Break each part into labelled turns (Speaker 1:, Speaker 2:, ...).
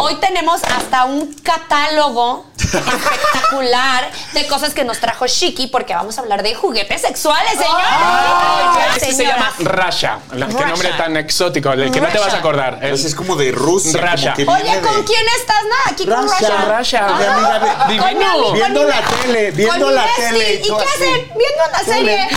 Speaker 1: Hoy tenemos hasta un catálogo espectacular de cosas que nos trajo Shiki porque vamos a hablar de juguetes sexuales, señor.
Speaker 2: Ah,
Speaker 3: Este se llama Rasha. La- Qué
Speaker 1: Rasha.
Speaker 3: nombre tan exótico, del que no te vas a acordar.
Speaker 2: Entonces Pues es como de Rusia.
Speaker 3: Rasha.
Speaker 2: Como que
Speaker 1: Oye,
Speaker 2: viene
Speaker 1: ¿con
Speaker 2: de-
Speaker 1: quién estás? Nada, aquí con
Speaker 2: Rasha,
Speaker 1: Rasha.
Speaker 3: Rasha,
Speaker 1: Ah,
Speaker 3: mi amiga de-
Speaker 1: con mi
Speaker 3: divino.
Speaker 1: ami- con
Speaker 2: Viendo
Speaker 1: mi-
Speaker 2: la tele, viendo
Speaker 1: con mi
Speaker 2: la
Speaker 1: bestie.
Speaker 2: tele,
Speaker 1: ¿Y
Speaker 2: yo
Speaker 1: qué
Speaker 2: así.
Speaker 1: hacen? Viendo una serie.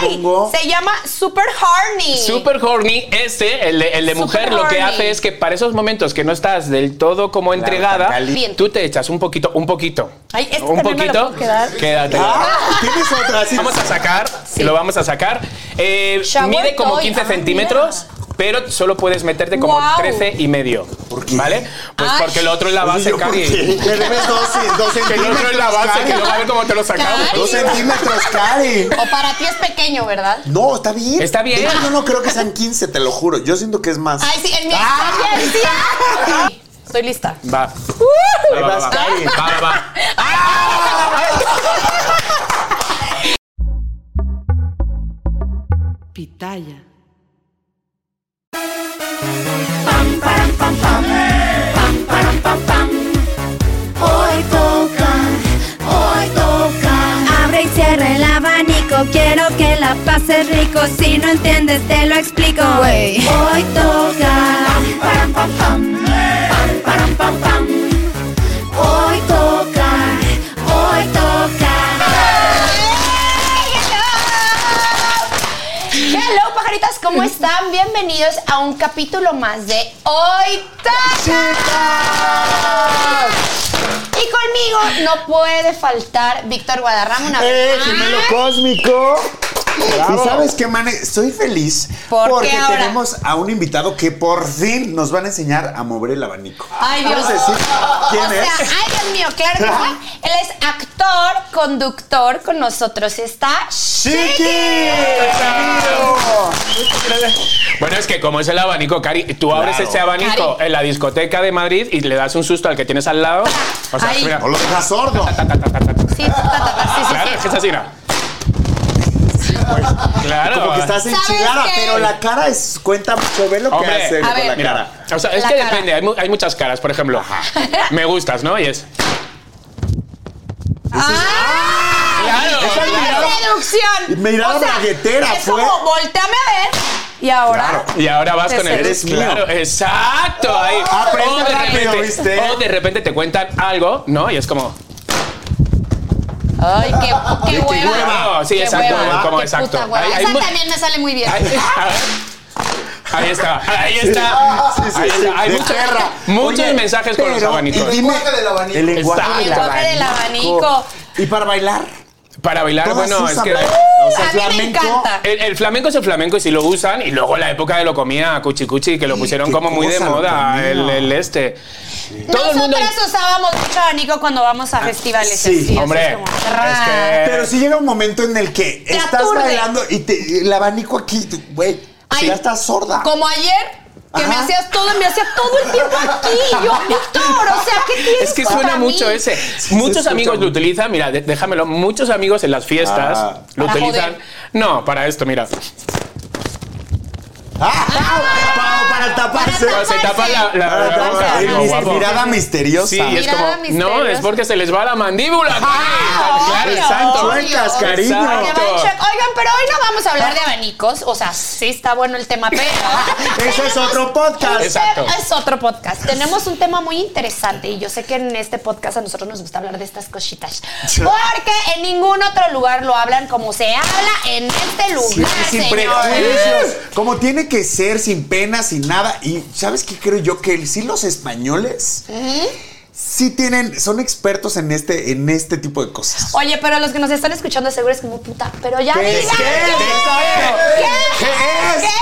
Speaker 2: Pongo.
Speaker 1: Ay, se llama Super Horny.
Speaker 3: Super horny, este, el de, el de
Speaker 1: Super
Speaker 3: mujer, lo que
Speaker 1: horny.
Speaker 3: hace es que para esos momentos que no estás del todo como entregada,
Speaker 2: tan
Speaker 1: caliente.
Speaker 3: tú te echas un poquito, un poquito.
Speaker 1: Ay, este
Speaker 3: un
Speaker 1: también me lo
Speaker 3: poquito.
Speaker 1: puedo quedar.
Speaker 3: Quédate.
Speaker 2: Ah, tienes otra. así.
Speaker 3: Vamos a sacar,
Speaker 1: Sí.
Speaker 3: lo vamos a sacar. Eh,
Speaker 1: Shower
Speaker 3: mide como
Speaker 1: toy.
Speaker 3: 15
Speaker 1: Ah,
Speaker 3: centímetros, pero solo puedes meterte como
Speaker 1: Guau.
Speaker 3: 13 y medio.
Speaker 2: ¿Por qué?
Speaker 3: ¿Vale? Pues
Speaker 1: Ay.
Speaker 3: porque lo otro es la
Speaker 2: Oye,
Speaker 3: base,
Speaker 2: yo, ¿por
Speaker 3: Cari.
Speaker 2: qué? Me debes dos, dos
Speaker 3: Que
Speaker 2: centímetros.
Speaker 3: lo otro es la base, que
Speaker 2: Cari.
Speaker 3: luego a ver cómo te lo sacamos.
Speaker 1: Cari.
Speaker 2: Dos centímetros, Cari.
Speaker 1: O para ti es pequeño, ¿verdad?
Speaker 2: No, está bien.
Speaker 3: Está bien.
Speaker 2: De hecho, yo no creo que sean 15, te lo juro. Yo siento que es más.
Speaker 1: Ay, sí, en mi
Speaker 2: Ah.
Speaker 1: experiencia. Estoy lista.
Speaker 3: Va.
Speaker 2: Uh,
Speaker 3: Va, va, va.
Speaker 2: Cari.
Speaker 3: Va, va, va.
Speaker 4: Pitaya.
Speaker 5: Hoy toca, hoy toca. Abre y cierra el abanico, quiero que la pases rico. Si no entiendes, te lo explico. Hoy toca. Hoy toca, hoy toca.
Speaker 1: Hello, pajaritas, ¿cómo están? Bienvenidos a un capítulo más de Hoy Toca. Y conmigo no puede faltar Víctor Guadarrama una
Speaker 2: ¡Eh,
Speaker 1: vez.
Speaker 2: gemelo
Speaker 1: más.
Speaker 2: cósmico! ¿Y sabes qué, Mane? Estoy feliz
Speaker 1: ¿Por qué
Speaker 2: porque
Speaker 1: ahora?
Speaker 2: tenemos a un invitado que por fin nos van a enseñar a mover el abanico.
Speaker 1: Ay, Dios.
Speaker 2: ¿Puedes decir quién
Speaker 1: o sea, ah,
Speaker 2: es?
Speaker 1: ay, Dios mío, claro que sí. Él es actor, conductor, con nosotros está
Speaker 2: ¡Chiqui!
Speaker 3: Bueno, es que como es el abanico, Cari, tú abres
Speaker 2: Claro.
Speaker 3: ese abanico
Speaker 1: Cari.
Speaker 3: en la discoteca de Madrid y le das un susto al que tienes al lado. O sea,
Speaker 1: Ay.
Speaker 3: mira.
Speaker 2: ¡No lo dejas sordo!
Speaker 1: Sí, ta, ta, ta, sí, sí,
Speaker 3: Claro,
Speaker 1: sí.
Speaker 3: es que es así, ¿no? Claro.
Speaker 2: Como que estás en
Speaker 1: ¿Sabes
Speaker 2: chilada,
Speaker 1: qué?
Speaker 2: pero la cara es. Cuenta mucho, ve lo
Speaker 3: Hombre,
Speaker 2: que hace
Speaker 1: a
Speaker 2: con
Speaker 1: ver.
Speaker 2: la
Speaker 3: Mira,
Speaker 2: cara.
Speaker 3: o sea, es
Speaker 1: La
Speaker 3: que
Speaker 1: cara.
Speaker 3: depende, hay, mu- hay muchas caras, por ejemplo. Me gustas, ¿no? Y es.
Speaker 1: ¡Ah!
Speaker 3: Claro.
Speaker 1: Esa es
Speaker 2: Mirada-
Speaker 1: seducción.
Speaker 2: mirada
Speaker 1: O sea,
Speaker 2: braguetera
Speaker 1: es
Speaker 2: fue.
Speaker 1: Como, volteame a ver. Y ahora.
Speaker 3: Y ahora vas con el.
Speaker 2: Eres mío.
Speaker 3: claro, exacto. Ahí.
Speaker 2: Aprende
Speaker 3: o de
Speaker 2: rápido,
Speaker 3: repente,
Speaker 2: ¿viste?
Speaker 3: O de repente te cuentan algo, ¿no? Y es como.
Speaker 1: Ay, qué, qué
Speaker 2: qué
Speaker 1: hueva.
Speaker 3: hueva. Sí,
Speaker 1: Qué
Speaker 3: exacto,
Speaker 1: hueva.
Speaker 3: como
Speaker 1: Qué
Speaker 3: exacto.
Speaker 1: puta hueva.
Speaker 3: Hay- hay
Speaker 1: Esa
Speaker 3: mu-
Speaker 1: también me sale muy bien.
Speaker 3: Ahí, ahí está, ahí está.
Speaker 2: Sí, sí,
Speaker 3: ahí
Speaker 2: sí,
Speaker 3: está. Hay
Speaker 2: de
Speaker 3: mucho-
Speaker 2: perra.
Speaker 3: muchos
Speaker 2: Oye,
Speaker 3: mensajes con los
Speaker 2: pero-
Speaker 3: abanicos.
Speaker 2: y dime- El lenguaje
Speaker 3: Está.
Speaker 2: del
Speaker 1: El lenguaje del
Speaker 2: abanico.
Speaker 1: abanico.
Speaker 2: Y para bailar.
Speaker 3: Para bailar,
Speaker 2: todas
Speaker 3: bueno, es
Speaker 2: usan
Speaker 3: que.
Speaker 2: bailar. O sea,
Speaker 1: Uh, a mí me
Speaker 2: flamenco.
Speaker 1: encanta.
Speaker 3: El, el flamenco es el flamenco y si lo usan, y luego la época de lo comía cuchi cuchi, que lo
Speaker 2: Sí,
Speaker 3: pusieron
Speaker 2: qué
Speaker 3: como muy de
Speaker 2: cosa,
Speaker 3: moda,
Speaker 2: lo
Speaker 3: el,
Speaker 2: comía.
Speaker 3: el este. Todo
Speaker 1: Nosotras
Speaker 3: el mundo. Ah,
Speaker 1: usábamos mucho abanico cuando vamos a festivales.
Speaker 2: sí,
Speaker 1: así, eso
Speaker 3: Hombre,
Speaker 1: es como-
Speaker 3: es que.
Speaker 2: Pero si llega un momento en el que
Speaker 1: Te
Speaker 2: estás
Speaker 1: aturde.
Speaker 2: bailando y te, el abanico aquí, tú, güey,
Speaker 1: Ay.
Speaker 2: ya estás sorda.
Speaker 1: Como ayer, que me
Speaker 2: Ajá.
Speaker 1: hacías todo, me hacías todo el tiempo aquí. Yo, Víctor, o sea, ¿qué tienes
Speaker 3: Es que
Speaker 1: contra
Speaker 3: suena
Speaker 1: mí?
Speaker 3: mucho ese.
Speaker 2: se
Speaker 3: Muchos
Speaker 2: escucha
Speaker 3: amigos lo
Speaker 2: mucho.
Speaker 3: utilizan, mira, de- déjamelo, muchos amigos en las fiestas
Speaker 2: Ah.
Speaker 3: lo
Speaker 1: Para
Speaker 3: utilizan.
Speaker 1: joder.
Speaker 3: No, para esto, mira.
Speaker 2: Ah, pa- para taparse.
Speaker 1: Para
Speaker 3: Cuando se tapa la, la-
Speaker 2: Para
Speaker 3: la boca,
Speaker 2: taparse.
Speaker 3: digo,
Speaker 2: Mis-
Speaker 3: guapo.
Speaker 2: Mirada misteriosa.
Speaker 3: Sí, es
Speaker 1: Mirada
Speaker 3: como, no,
Speaker 1: misteriosa.
Speaker 3: es porque se les va la mandíbula.
Speaker 1: Ah,
Speaker 3: claro,
Speaker 1: obvio,
Speaker 3: exacto.
Speaker 1: obvio.
Speaker 2: Sueltas, cariño.
Speaker 1: Para que vayan
Speaker 3: Exacto.
Speaker 1: check- Oigan, pero hoy no vamos a hablar de abanicos. O sea, sí está bueno el tema, pero.
Speaker 2: Eso es otro podcast.
Speaker 3: Exacto.
Speaker 1: Es otro podcast. Tenemos un tema muy interesante y yo sé que en este podcast a nosotros nos gusta hablar de estas cositas. Porque en ningún otro lugar lo hablan como se habla en este
Speaker 2: Sí,
Speaker 1: lugar,
Speaker 2: sin
Speaker 1: señores.
Speaker 2: prejuicios. Como tiene que ser, sin pena, sin nada. Y ¿sabes qué creo yo? Que sí los españoles sí tienen, son expertos en este, en este tipo de cosas.
Speaker 1: Oye, pero los que nos están escuchando seguro es como puta, pero ya
Speaker 2: ¿Qué?
Speaker 1: digan
Speaker 2: ¿Qué?
Speaker 1: ¿Qué?
Speaker 2: ¿Qué?
Speaker 1: ¿Qué
Speaker 2: ¿Qué es?
Speaker 1: es?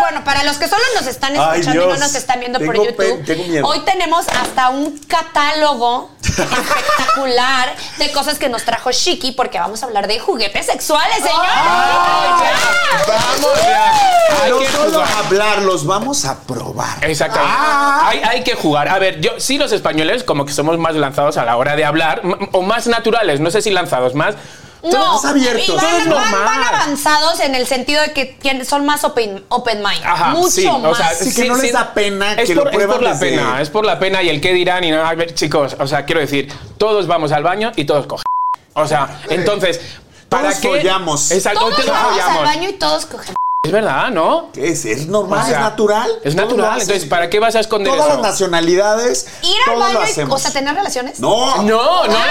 Speaker 1: Bueno, para los que solo nos están
Speaker 2: Ay,
Speaker 1: escuchando y no
Speaker 2: Dios.
Speaker 1: nos están viendo por
Speaker 2: Tengo
Speaker 1: YouTube,
Speaker 2: pe- tengo miedo.
Speaker 1: hoy tenemos hasta un catálogo espectacular de cosas que nos trajo Shiki porque vamos a hablar de juguetes sexuales, señores. Ya.
Speaker 2: Vamos ya.
Speaker 3: Hay
Speaker 2: No
Speaker 3: que
Speaker 2: solo
Speaker 3: jugar. Eh,
Speaker 2: hablarlos, vamos a probar.
Speaker 3: Exactamente. Hay, hay que jugar. A ver, yo sí los españoles como que somos más lanzados a la hora de hablar m- o más naturales, no sé si lanzados más.
Speaker 1: No,
Speaker 2: Todos abiertos.
Speaker 1: y van,
Speaker 3: Todo es
Speaker 1: van- van
Speaker 3: normal.
Speaker 1: avanzados en el sentido de que tienen- son más open, open mind.
Speaker 3: Ajá,
Speaker 1: mucho
Speaker 3: sí,
Speaker 1: más.
Speaker 3: o sea,
Speaker 2: Sí, que no les da pena
Speaker 3: es
Speaker 2: que
Speaker 3: por,
Speaker 2: lo
Speaker 3: es por
Speaker 2: prueban
Speaker 3: la
Speaker 2: desde-
Speaker 3: pena, es por la pena y el qué dirán y no, a ver, chicos, o sea, quiero decir, todos vamos al baño y todos cogen. O sea, entonces, ¿para
Speaker 2: Todos
Speaker 3: qué?
Speaker 2: follamos.
Speaker 3: Exacto,
Speaker 1: todos
Speaker 3: todos
Speaker 1: vamos al
Speaker 3: follamos.
Speaker 1: baño y todos cogemos.
Speaker 3: Es verdad, ¿no?
Speaker 2: ¿Qué es? Es normal,
Speaker 3: O sea,
Speaker 2: es natural.
Speaker 3: Es
Speaker 2: Todos lo
Speaker 3: natural,
Speaker 2: hacen.
Speaker 3: entonces, ¿para qué vas a esconder
Speaker 2: Todas las
Speaker 3: eso?
Speaker 2: nacionalidades,
Speaker 1: Ir al
Speaker 2: todos lo
Speaker 1: baño, y,
Speaker 2: hacemos.
Speaker 1: o sea, tener relaciones.
Speaker 2: No,
Speaker 3: No, no, no a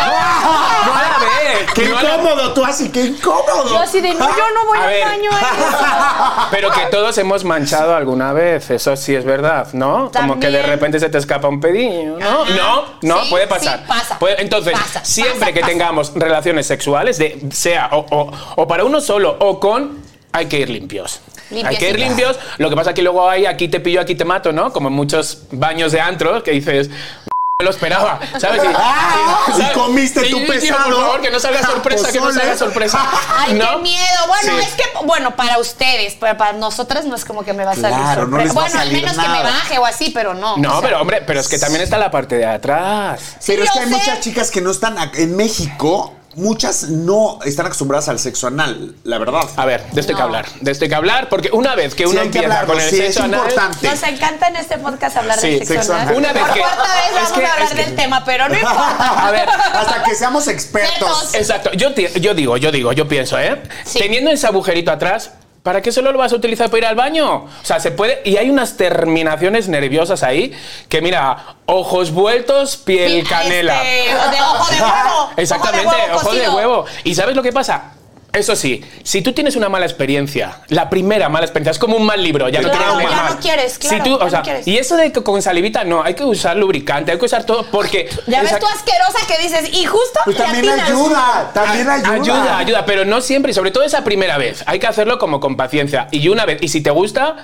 Speaker 3: la vez.
Speaker 2: Qué
Speaker 3: no a la-
Speaker 2: incómodo, tú así, qué incómodo.
Speaker 1: Yo así de, no, yo no voy
Speaker 3: A
Speaker 1: al
Speaker 3: ver.
Speaker 1: baño. eh.
Speaker 3: Pero que todos hemos manchado alguna vez, eso sí es verdad, ¿no? Como que de
Speaker 1: También.
Speaker 3: repente se te escapa un pedillo, ¿no?
Speaker 1: Ajá.
Speaker 3: No, no,
Speaker 1: Sí,
Speaker 3: puede
Speaker 1: sí,
Speaker 3: pasar.
Speaker 1: pasa.
Speaker 3: Puede- entonces,
Speaker 1: Pasa,
Speaker 3: siempre
Speaker 1: pasa,
Speaker 3: que
Speaker 1: pasa.
Speaker 3: tengamos relaciones sexuales, de, sea o, o- o para uno solo o con, hay que ir limpios. Hay que
Speaker 1: Limpiecitos.
Speaker 3: ir limpios. Lo que pasa que luego hay aquí te pillo, aquí te mato, ¿no? Como en muchos baños de antros que dices. "Me Lo esperaba, ¿sabes? Y,
Speaker 2: Ah, y
Speaker 3: ¿sabes?
Speaker 2: comiste
Speaker 3: Y,
Speaker 2: tú
Speaker 3: tío, Por
Speaker 2: pesado.
Speaker 3: favor, que no salga
Speaker 2: Ja,
Speaker 3: sorpresa, que no
Speaker 2: pozole.
Speaker 3: salga sorpresa.
Speaker 1: Ay,
Speaker 3: ¿No?
Speaker 1: qué miedo. Bueno,
Speaker 3: Sí.
Speaker 1: es que, bueno, para ustedes, pero para nosotras no es como que me va a salir
Speaker 2: Claro, no
Speaker 1: sorpresa.
Speaker 2: les va a
Speaker 1: bueno, al
Speaker 2: salir
Speaker 1: menos que
Speaker 2: nada.
Speaker 1: me baje o así, pero no.
Speaker 3: No,
Speaker 1: o sea,
Speaker 3: pero hombre, pero es que también está la parte de atrás.
Speaker 2: Pero
Speaker 1: Sí,
Speaker 2: es que
Speaker 1: yo
Speaker 2: hay
Speaker 1: sé.
Speaker 2: muchas chicas que no están ac- en México, muchas no están acostumbradas al sexo anal, la verdad.
Speaker 3: A ver, de esto hay que
Speaker 1: No.
Speaker 3: hablar. De esto hay que hablar porque una vez que
Speaker 2: Sí,
Speaker 3: uno
Speaker 2: hay que
Speaker 3: empieza
Speaker 2: hablarlo,
Speaker 3: con el
Speaker 2: sí, es
Speaker 3: sexo anal-
Speaker 2: importante.
Speaker 1: Nos encanta en este podcast hablar
Speaker 3: Sí,
Speaker 1: de sexo
Speaker 2: sexo
Speaker 1: anal.
Speaker 2: anal.
Speaker 3: Una vez
Speaker 1: Por
Speaker 3: que-
Speaker 1: cuarta vez
Speaker 3: es
Speaker 1: vamos
Speaker 3: que-
Speaker 1: a hablar
Speaker 3: es que-
Speaker 1: del tema, pero no importa.
Speaker 3: A ver,
Speaker 2: Hasta que seamos expertos.
Speaker 1: Tetos.
Speaker 3: Exacto, yo, ti- yo digo, yo digo, yo pienso, ¿eh?
Speaker 1: Sí.
Speaker 3: Teniendo ese agujerito atrás, ¿para qué solo lo vas a utilizar para ir al baño? O sea, se puede. Y hay unas terminaciones nerviosas ahí que, mira, ojos vueltos, piel
Speaker 1: Sí,
Speaker 3: canela.
Speaker 1: este, de ojo de huevo.
Speaker 3: Exactamente,
Speaker 1: ojo de huevo.
Speaker 3: ojo de
Speaker 1: cocido.
Speaker 3: huevo. ¿Y sabes lo que pasa? Eso sí, si tú tienes una mala experiencia, la primera mala experiencia, es como un mal libro, ya no
Speaker 2: Claro,
Speaker 3: quieres leer
Speaker 2: ya
Speaker 3: más.
Speaker 1: no quieres, claro,
Speaker 3: Si tú,
Speaker 1: ya
Speaker 3: o
Speaker 1: no
Speaker 3: sea,
Speaker 1: quieres.
Speaker 3: Y eso de que con salivita no, hay que usar lubricante, hay que usar todo porque...
Speaker 1: Ya ves
Speaker 3: esa-
Speaker 1: tú asquerosa que dices, y justo
Speaker 2: Pues
Speaker 1: le
Speaker 2: también
Speaker 1: atinas.
Speaker 2: ayuda, también ayuda.
Speaker 3: Ayuda, ayuda, pero no siempre, y sobre todo esa primera vez. Hay que hacerlo como con paciencia. Y una vez, y si te gusta,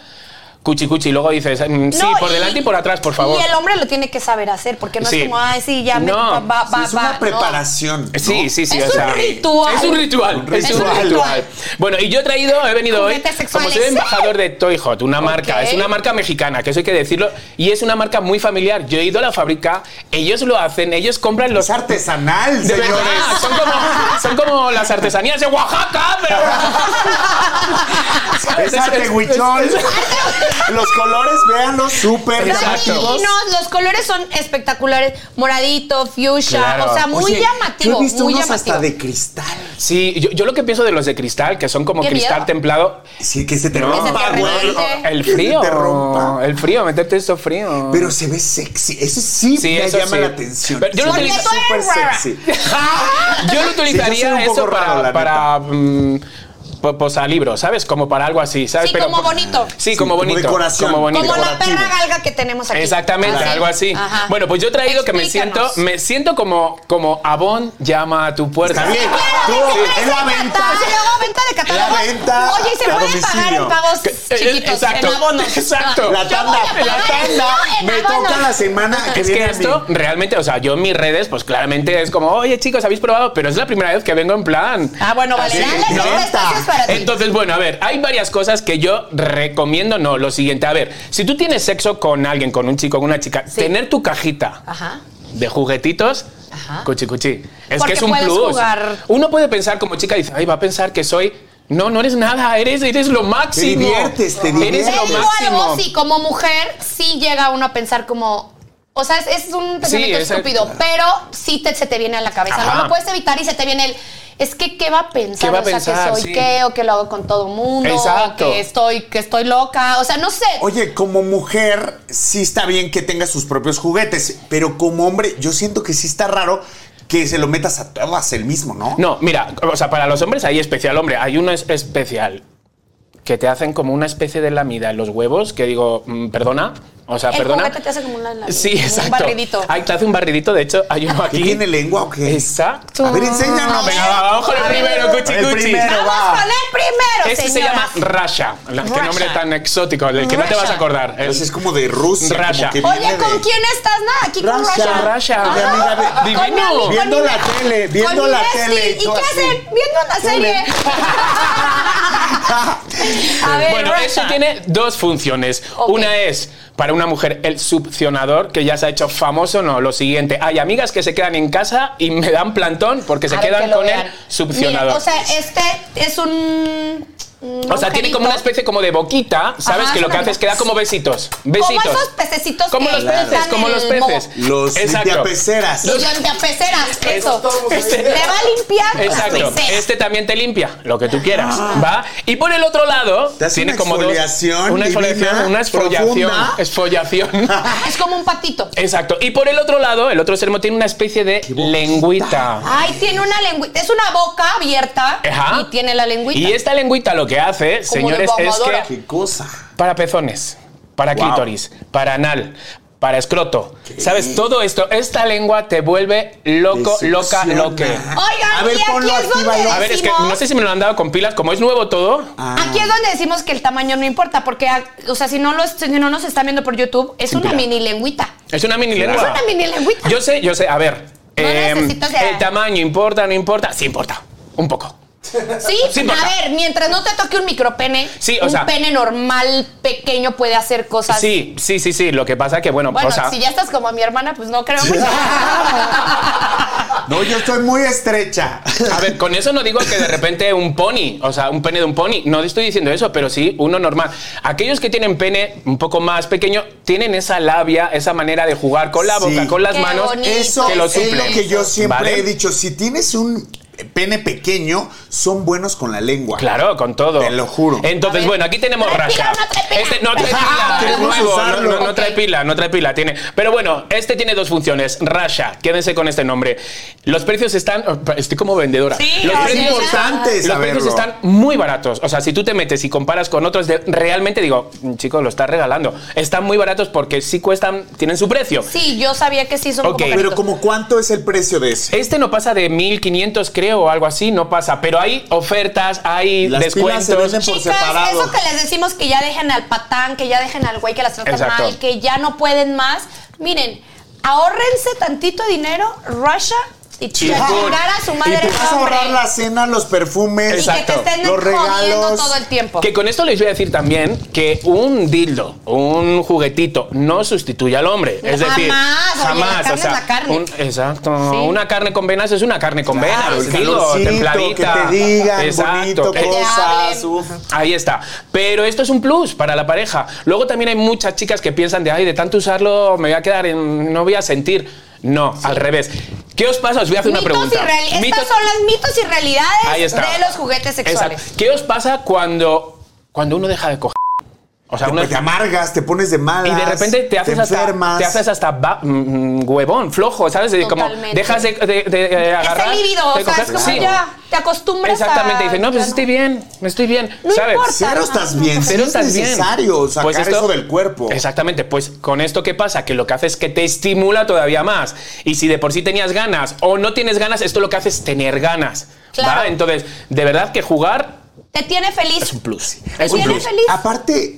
Speaker 3: cuchi cuchi, luego dices, mm, sí,
Speaker 1: No,
Speaker 3: por delante y por atrás, por favor.
Speaker 1: Y el hombre lo tiene que saber hacer, porque no
Speaker 3: Sí.
Speaker 1: es como, ay, sí, ya me
Speaker 3: No.
Speaker 1: va, va,
Speaker 2: Sí, es
Speaker 1: va,
Speaker 2: una
Speaker 1: no.
Speaker 2: preparación. ¿no?
Speaker 3: Sí, sí, sí.
Speaker 1: Es
Speaker 3: o
Speaker 1: un
Speaker 3: sea,
Speaker 1: ritual.
Speaker 3: Es un ritual.
Speaker 2: Un
Speaker 3: Es un
Speaker 2: ritual.
Speaker 3: ritual. Bueno, y yo he traído, he venido hoy,
Speaker 1: Juguetes
Speaker 3: como
Speaker 1: sexuales.
Speaker 3: soy embajador de Toy Hot, una marca.
Speaker 1: Ok.
Speaker 3: Es una marca mexicana, que eso hay que decirlo. Y es una marca muy familiar. Yo he ido a la fábrica, ellos lo hacen, ellos compran los.
Speaker 2: Es artesanal,
Speaker 3: De verdad,
Speaker 2: señores.
Speaker 3: son como, son como las artesanías de Oaxaca, pero. Ah,
Speaker 2: Es arte huichol. Los colores, véanlos, súper
Speaker 1: Están
Speaker 3: Exacto.
Speaker 2: llamativos.
Speaker 1: divinos, los colores son espectaculares, moradito, fuchsia,
Speaker 3: Claro.
Speaker 1: o sea, muy
Speaker 2: Oye,
Speaker 1: llamativo,
Speaker 2: Yo he visto
Speaker 1: muy
Speaker 2: unos
Speaker 1: llamativo.
Speaker 2: hasta de cristal.
Speaker 3: Sí, yo, yo lo que pienso de los de cristal, que son como
Speaker 1: Qué
Speaker 3: cristal
Speaker 1: miedo. Eh.
Speaker 3: templado.
Speaker 2: Sí, que se te
Speaker 3: No.
Speaker 2: rompa,
Speaker 1: Que se te
Speaker 2: güey.
Speaker 1: reviente.
Speaker 3: El
Speaker 2: Que se
Speaker 3: frío.
Speaker 2: te rompa.
Speaker 3: El frío, meterte eso frío.
Speaker 2: Pero se ve sexy. Eso sí,
Speaker 3: Sí,
Speaker 2: me
Speaker 3: eso
Speaker 2: llama
Speaker 3: sí.
Speaker 2: la atención.
Speaker 3: Pero yo no
Speaker 2: Se ve
Speaker 3: utilizo-
Speaker 2: súper
Speaker 1: Tú eres
Speaker 2: sexy.
Speaker 3: Yo lo
Speaker 2: Sí, yo
Speaker 3: utilizaría
Speaker 2: soy un poco
Speaker 3: eso
Speaker 2: raro,
Speaker 3: para,
Speaker 2: la
Speaker 3: para mm, po- posalibros, ¿sabes? Como para algo así, ¿sabes?
Speaker 1: Sí, como
Speaker 3: po-
Speaker 1: bonito.
Speaker 3: Sí, como
Speaker 2: como
Speaker 3: bonito.
Speaker 2: decoración.
Speaker 3: Como bonito.
Speaker 1: Como la
Speaker 2: decorativo.
Speaker 1: perra galga que tenemos aquí.
Speaker 3: Exactamente, algo así.
Speaker 1: Ajá.
Speaker 3: Bueno, pues yo he traído que me siento,
Speaker 1: Explícanos.
Speaker 3: me siento como, como Avon llama a tu puerta.
Speaker 2: Está bien. Tú, es la venta.
Speaker 1: Y luego venta de catálogo.
Speaker 2: La venta
Speaker 1: Oye, ¿y se
Speaker 2: a
Speaker 1: pueden pagar en
Speaker 2: domicilio.
Speaker 1: pagos
Speaker 3: Eh,
Speaker 1: chiquitos,
Speaker 3: exacto,
Speaker 1: en abonos.
Speaker 3: exacto.
Speaker 2: La
Speaker 1: Yo voy
Speaker 2: tanda,
Speaker 1: a pagar
Speaker 2: la
Speaker 1: el
Speaker 2: tanda.
Speaker 1: mío en
Speaker 2: Me
Speaker 1: abonos.
Speaker 2: toca la semana que
Speaker 3: Es que
Speaker 2: viene. a mí.
Speaker 3: esto realmente, o sea, yo en mis redes, pues claramente es como, oye chicos, habéis probado, pero es la primera vez que vengo en plan.
Speaker 1: Ah, bueno, vale,
Speaker 3: Así,
Speaker 1: dale,
Speaker 3: ¿no?
Speaker 1: este espacio es para ti.
Speaker 3: Entonces, bueno, a ver, hay varias cosas que yo recomiendo. No, lo siguiente, a ver, si tú tienes sexo con alguien, con un chico, con una chica, tener tu cajita
Speaker 1: Ajá.
Speaker 3: de juguetitos,
Speaker 1: Ajá.
Speaker 3: cuchi cuchi. Es
Speaker 1: Porque
Speaker 3: que es un
Speaker 1: puedes
Speaker 3: plus.
Speaker 1: jugar.
Speaker 3: Uno puede pensar como chica, dice, ay, va a pensar que soy. No, no eres nada, eres, eres lo máximo.
Speaker 2: diviertes, te
Speaker 3: Eres
Speaker 2: diviertes.
Speaker 3: lo
Speaker 1: Pero
Speaker 3: máximo.
Speaker 1: algo, sí, como mujer, sí llega uno a pensar como. O sea, es, es un pensamiento
Speaker 3: es el-
Speaker 1: estúpido, pero sí te- se te viene a la cabeza.
Speaker 3: Ajá.
Speaker 1: No lo puedes evitar y se te viene el. es que qué va a pensar,
Speaker 3: ¿Qué va a
Speaker 1: o sea,
Speaker 3: pensar?
Speaker 1: que soy
Speaker 3: Sí.
Speaker 1: qué o que lo hago con todo mundo,
Speaker 3: Exacto.
Speaker 1: o que estoy que estoy loca, o sea, no sé.
Speaker 2: Oye, como mujer, sí está bien que tengas sus propios juguetes, pero como hombre, yo siento que sí está raro que se lo metas a todas el mismo, ¿no?
Speaker 3: No, mira, o sea, para los hombres hay especial, hombre, hay uno es- especial que te hacen como una especie de lamida en los huevos, que digo, mm, perdona, o sea,
Speaker 1: El
Speaker 3: perdona.
Speaker 1: juguete te hace como una lamida,
Speaker 3: Sí,
Speaker 1: como un
Speaker 3: exacto.
Speaker 1: barridito.
Speaker 3: Ay, te hace un barridito, de hecho, hay uno
Speaker 2: ¿Que
Speaker 3: aquí.
Speaker 2: tiene lengua o qué?
Speaker 3: Exacto.
Speaker 2: A ver, enséñanos.
Speaker 3: Venga, va, vamos con el
Speaker 1: A ver.
Speaker 3: primero, cuchi,
Speaker 2: El
Speaker 3: cuchi.
Speaker 2: primero.
Speaker 1: Vamos
Speaker 2: va.
Speaker 1: con el primero,
Speaker 3: Este se
Speaker 1: señoras.
Speaker 3: llama Rasha. La- Qué
Speaker 1: Rasha.
Speaker 3: nombre tan exótico, del que no te
Speaker 1: Rasha.
Speaker 3: vas a acordar. El-
Speaker 2: Pues es como de Rusia. como
Speaker 3: Rasha.
Speaker 2: que viene
Speaker 1: Oye, ¿con
Speaker 2: de-
Speaker 1: quién estás? Nada, aquí con
Speaker 2: Rasha,
Speaker 1: Rasha.
Speaker 3: Rasha,
Speaker 1: Ah,
Speaker 2: mi amiga de-
Speaker 1: con mi
Speaker 3: Divino.
Speaker 1: amiga, Oh. con
Speaker 2: Viendo
Speaker 1: mi-
Speaker 2: la tele,
Speaker 1: con
Speaker 2: viendo
Speaker 1: mi
Speaker 2: la
Speaker 1: bestie.
Speaker 2: tele,
Speaker 1: ¿Y
Speaker 2: tú
Speaker 1: qué
Speaker 2: así.
Speaker 1: hacen? Viendo una serie. A ver,
Speaker 3: Bueno,
Speaker 1: Rasha.
Speaker 3: eso tiene dos funciones.
Speaker 1: Ok.
Speaker 3: Una es para una mujer el succionador, que ya se ha hecho famoso, no, lo siguiente. Hay amigas que se quedan en casa y me dan plantón porque se
Speaker 1: A ver,
Speaker 3: quedan
Speaker 1: que lo
Speaker 3: con
Speaker 1: vean.
Speaker 3: el succionador.
Speaker 1: Mira, o sea, este es un. un
Speaker 3: O sea, tiene
Speaker 1: agujerito.
Speaker 3: como una especie como de boquita, ¿sabes?
Speaker 1: Ajá,
Speaker 3: que lo que
Speaker 1: una-
Speaker 3: hace es que da como besitos. Besitos.
Speaker 1: esos pececitos
Speaker 3: Como
Speaker 1: que
Speaker 3: los peces,
Speaker 1: están
Speaker 3: como
Speaker 1: en
Speaker 3: los
Speaker 1: el
Speaker 3: peces.
Speaker 2: Los
Speaker 3: Exacto.
Speaker 2: limpiapeceras.
Speaker 1: Los limpiapeceras, eso.
Speaker 3: Este-
Speaker 1: Te va a limpiar las
Speaker 3: Exacto.
Speaker 1: peceras.
Speaker 3: Este también te limpia, lo que tú quieras,
Speaker 1: Ah.
Speaker 3: ¿va? Y por el otro lado,
Speaker 2: Te hace
Speaker 3: tiene
Speaker 2: una
Speaker 3: como dos-
Speaker 2: exfoliación divina,
Speaker 3: una exfoliación, una exfoliación,
Speaker 2: profunda.
Speaker 3: exfoliación.
Speaker 1: Ah, Es como un patito.
Speaker 3: Exacto. Y por el otro lado, el otro extremo tiene una especie de lengüita.
Speaker 1: Ay, tiene una lengüita. Es una boca abierta
Speaker 3: Ajá.
Speaker 1: y tiene la lengüita.
Speaker 3: Y esta lengüita lo que hace,
Speaker 1: Como de
Speaker 3: señores, es
Speaker 1: bombadora.
Speaker 3: que
Speaker 2: ¿Qué cosa?
Speaker 3: para pezones, para
Speaker 2: Wow.
Speaker 3: clítoris, para anal, para escroto. ¿Sabes? Todo esto, esta lengua te vuelve loco,
Speaker 2: Te
Speaker 3: loca,
Speaker 2: succiona.
Speaker 3: loque.
Speaker 1: Oigan,
Speaker 2: A ver,
Speaker 1: y aquí
Speaker 2: ponlo,
Speaker 1: es donde
Speaker 2: actívalo.
Speaker 3: A ver, es que
Speaker 1: decimos-
Speaker 3: no sé si me lo han dado con pilas, como es nuevo todo.
Speaker 1: Aquí es donde decimos que el tamaño no importa, porque, ah, o sea, si no, los, si no nos están viendo por YouTube, es una
Speaker 3: Mira.
Speaker 1: mini lengüita.
Speaker 3: Es una mini
Speaker 1: Es
Speaker 3: lengua.
Speaker 1: una mini lengüita.
Speaker 3: Yo sé, yo sé, a ver.
Speaker 1: No
Speaker 3: em,
Speaker 1: necesitas de-
Speaker 3: el tamaño importa, no importa. Sí importa. Un poco.
Speaker 1: Sí,
Speaker 3: Sí,
Speaker 1: a
Speaker 3: importa.
Speaker 1: ver, mientras no te toque un micropene,
Speaker 3: Sí, o
Speaker 1: un
Speaker 3: sea-
Speaker 1: pene normal pequeño puede hacer cosas.
Speaker 3: Sí, sí, sí, sí. Lo que pasa que, bueno,
Speaker 1: Bueno,
Speaker 3: o sea,
Speaker 1: si ya estás como mi hermana, pues no creo. mucho.
Speaker 2: No, yo estoy muy estrecha.
Speaker 3: A ver, con eso no digo que de repente un pony, o sea, un pene de un pony. No estoy diciendo eso, pero sí uno normal. Aquellos que tienen pene un poco más pequeño tienen esa labia, esa manera de jugar con la
Speaker 2: Sí.
Speaker 3: boca, con las
Speaker 1: Qué
Speaker 3: manos.
Speaker 1: bonito.
Speaker 2: Eso
Speaker 3: Que lo
Speaker 2: es lo
Speaker 3: suple.
Speaker 2: que yo siempre
Speaker 3: ¿Vale?
Speaker 2: he dicho. Si tienes un pene pequeño, son buenos con la lengua.
Speaker 3: Claro, con todo.
Speaker 2: Te lo juro.
Speaker 3: Entonces,
Speaker 1: A ver.
Speaker 3: bueno, aquí tenemos
Speaker 1: ¿Trae
Speaker 3: Rasha.
Speaker 1: pila o no trae pila?
Speaker 3: Este no trae
Speaker 2: Ah,
Speaker 3: pila. es
Speaker 2: queremos
Speaker 3: nuevo, no,
Speaker 2: usarlo.
Speaker 3: no, no trae
Speaker 1: Ok.
Speaker 3: pila, no trae pila. Tiene. Pero bueno, este tiene dos funciones. Rasha, quédense con este nombre. Los precios están. Estoy como vendedora.
Speaker 1: Sí,
Speaker 3: Los
Speaker 1: ahora
Speaker 2: Es
Speaker 1: sí.
Speaker 3: precios
Speaker 2: importante
Speaker 3: Los
Speaker 2: saberlo.
Speaker 3: precios están muy baratos. O sea, si tú te metes y comparas con otros, de- realmente digo, "Mm, chicos, lo estás regalando. Están muy baratos porque sí cuestan, tienen su precio.
Speaker 1: Sí, yo sabía que sí son
Speaker 3: Ok.
Speaker 1: como
Speaker 2: Pero
Speaker 1: caritos.
Speaker 2: como cuánto es el precio de ese?
Speaker 3: Este no pasa de 1500, creo, o algo así, no pasa. Pero hay ofertas, hay
Speaker 2: Las pilas se
Speaker 3: descuentos.
Speaker 2: venden por
Speaker 1: Chicas,
Speaker 2: separado.
Speaker 1: eso que les decimos que ya dejen al patán, que ya dejen al güey que las trata
Speaker 3: Exacto.
Speaker 1: mal, que ya no pueden más. Miren, ahorrense tantito dinero, Russia y
Speaker 3: Y
Speaker 1: chingar
Speaker 3: pum.
Speaker 1: a su madre.
Speaker 2: y te
Speaker 1: el
Speaker 2: vas a ahorrar
Speaker 1: hombre.
Speaker 2: la cena, los perfumes,
Speaker 1: Y que te estén
Speaker 2: los
Speaker 1: jodiendo
Speaker 2: regalos.
Speaker 1: todo el tiempo.
Speaker 3: Que con esto les voy a decir también que un dildo, un juguetito, no sustituye al hombre. Es decir,
Speaker 1: Jamás, oye, la carne es la carne.
Speaker 3: un- exacto. Una carne con venas es una carne con
Speaker 2: Claro,
Speaker 3: venas.
Speaker 2: el
Speaker 3: digo,
Speaker 2: calorcito,
Speaker 3: templadita.
Speaker 2: que te digan bonito,
Speaker 3: Eh,
Speaker 2: cosas.
Speaker 1: hablen.
Speaker 2: uf.
Speaker 3: Ahí está. Pero esto es un plus para la pareja. Luego también hay muchas chicas que piensan de, ay, de tanto usarlo me voy a quedar en... no voy a sentir. No, al revés. ¿Qué os pasa? Os voy a hacer
Speaker 1: mitos
Speaker 3: una pregunta.
Speaker 1: y real-
Speaker 3: Mitos-
Speaker 1: Estas son las mitos y realidades
Speaker 3: Ahí está.
Speaker 1: de los juguetes sexuales.
Speaker 3: Exacto. ¿Qué os pasa cuando, cuando uno deja de coger? O sea,
Speaker 2: Te,
Speaker 3: uno...
Speaker 2: te amargas, te pones de malas.
Speaker 3: Y de repente te haces hasta,
Speaker 2: enfermas.
Speaker 3: te haces hasta ba- mm, huevón, flojo, ¿sabes? De como
Speaker 1: Totalmente.
Speaker 3: dejas de, de- de, eh,
Speaker 1: Es
Speaker 3: agarrar.
Speaker 1: el líbido, o
Speaker 3: de
Speaker 1: sea, es
Speaker 3: coger.
Speaker 1: como
Speaker 3: Sí.
Speaker 1: ya te acostumbras
Speaker 3: Exactamente,
Speaker 1: a...
Speaker 3: dices, no, pues
Speaker 1: ya
Speaker 3: estoy bien, me estoy bien,
Speaker 1: No
Speaker 3: ¿sabes?
Speaker 1: importa.
Speaker 2: Cero estás bien,
Speaker 3: Pero
Speaker 2: cero es
Speaker 3: estás bien.
Speaker 2: necesario sacar
Speaker 3: Pues esto-
Speaker 2: eso del cuerpo.
Speaker 3: Exactamente, pues con esto qué pasa? Que lo que hace es que te estimula todavía más. Y si de por sí tenías ganas o no tienes ganas, esto lo que hace es tener ganas. ¿va?
Speaker 1: Claro.
Speaker 3: Entonces, de verdad que jugar
Speaker 1: Te tiene feliz.
Speaker 3: es un plus.
Speaker 1: Te
Speaker 3: Es un
Speaker 1: tiene
Speaker 3: plus.
Speaker 1: feliz.
Speaker 2: Aparte,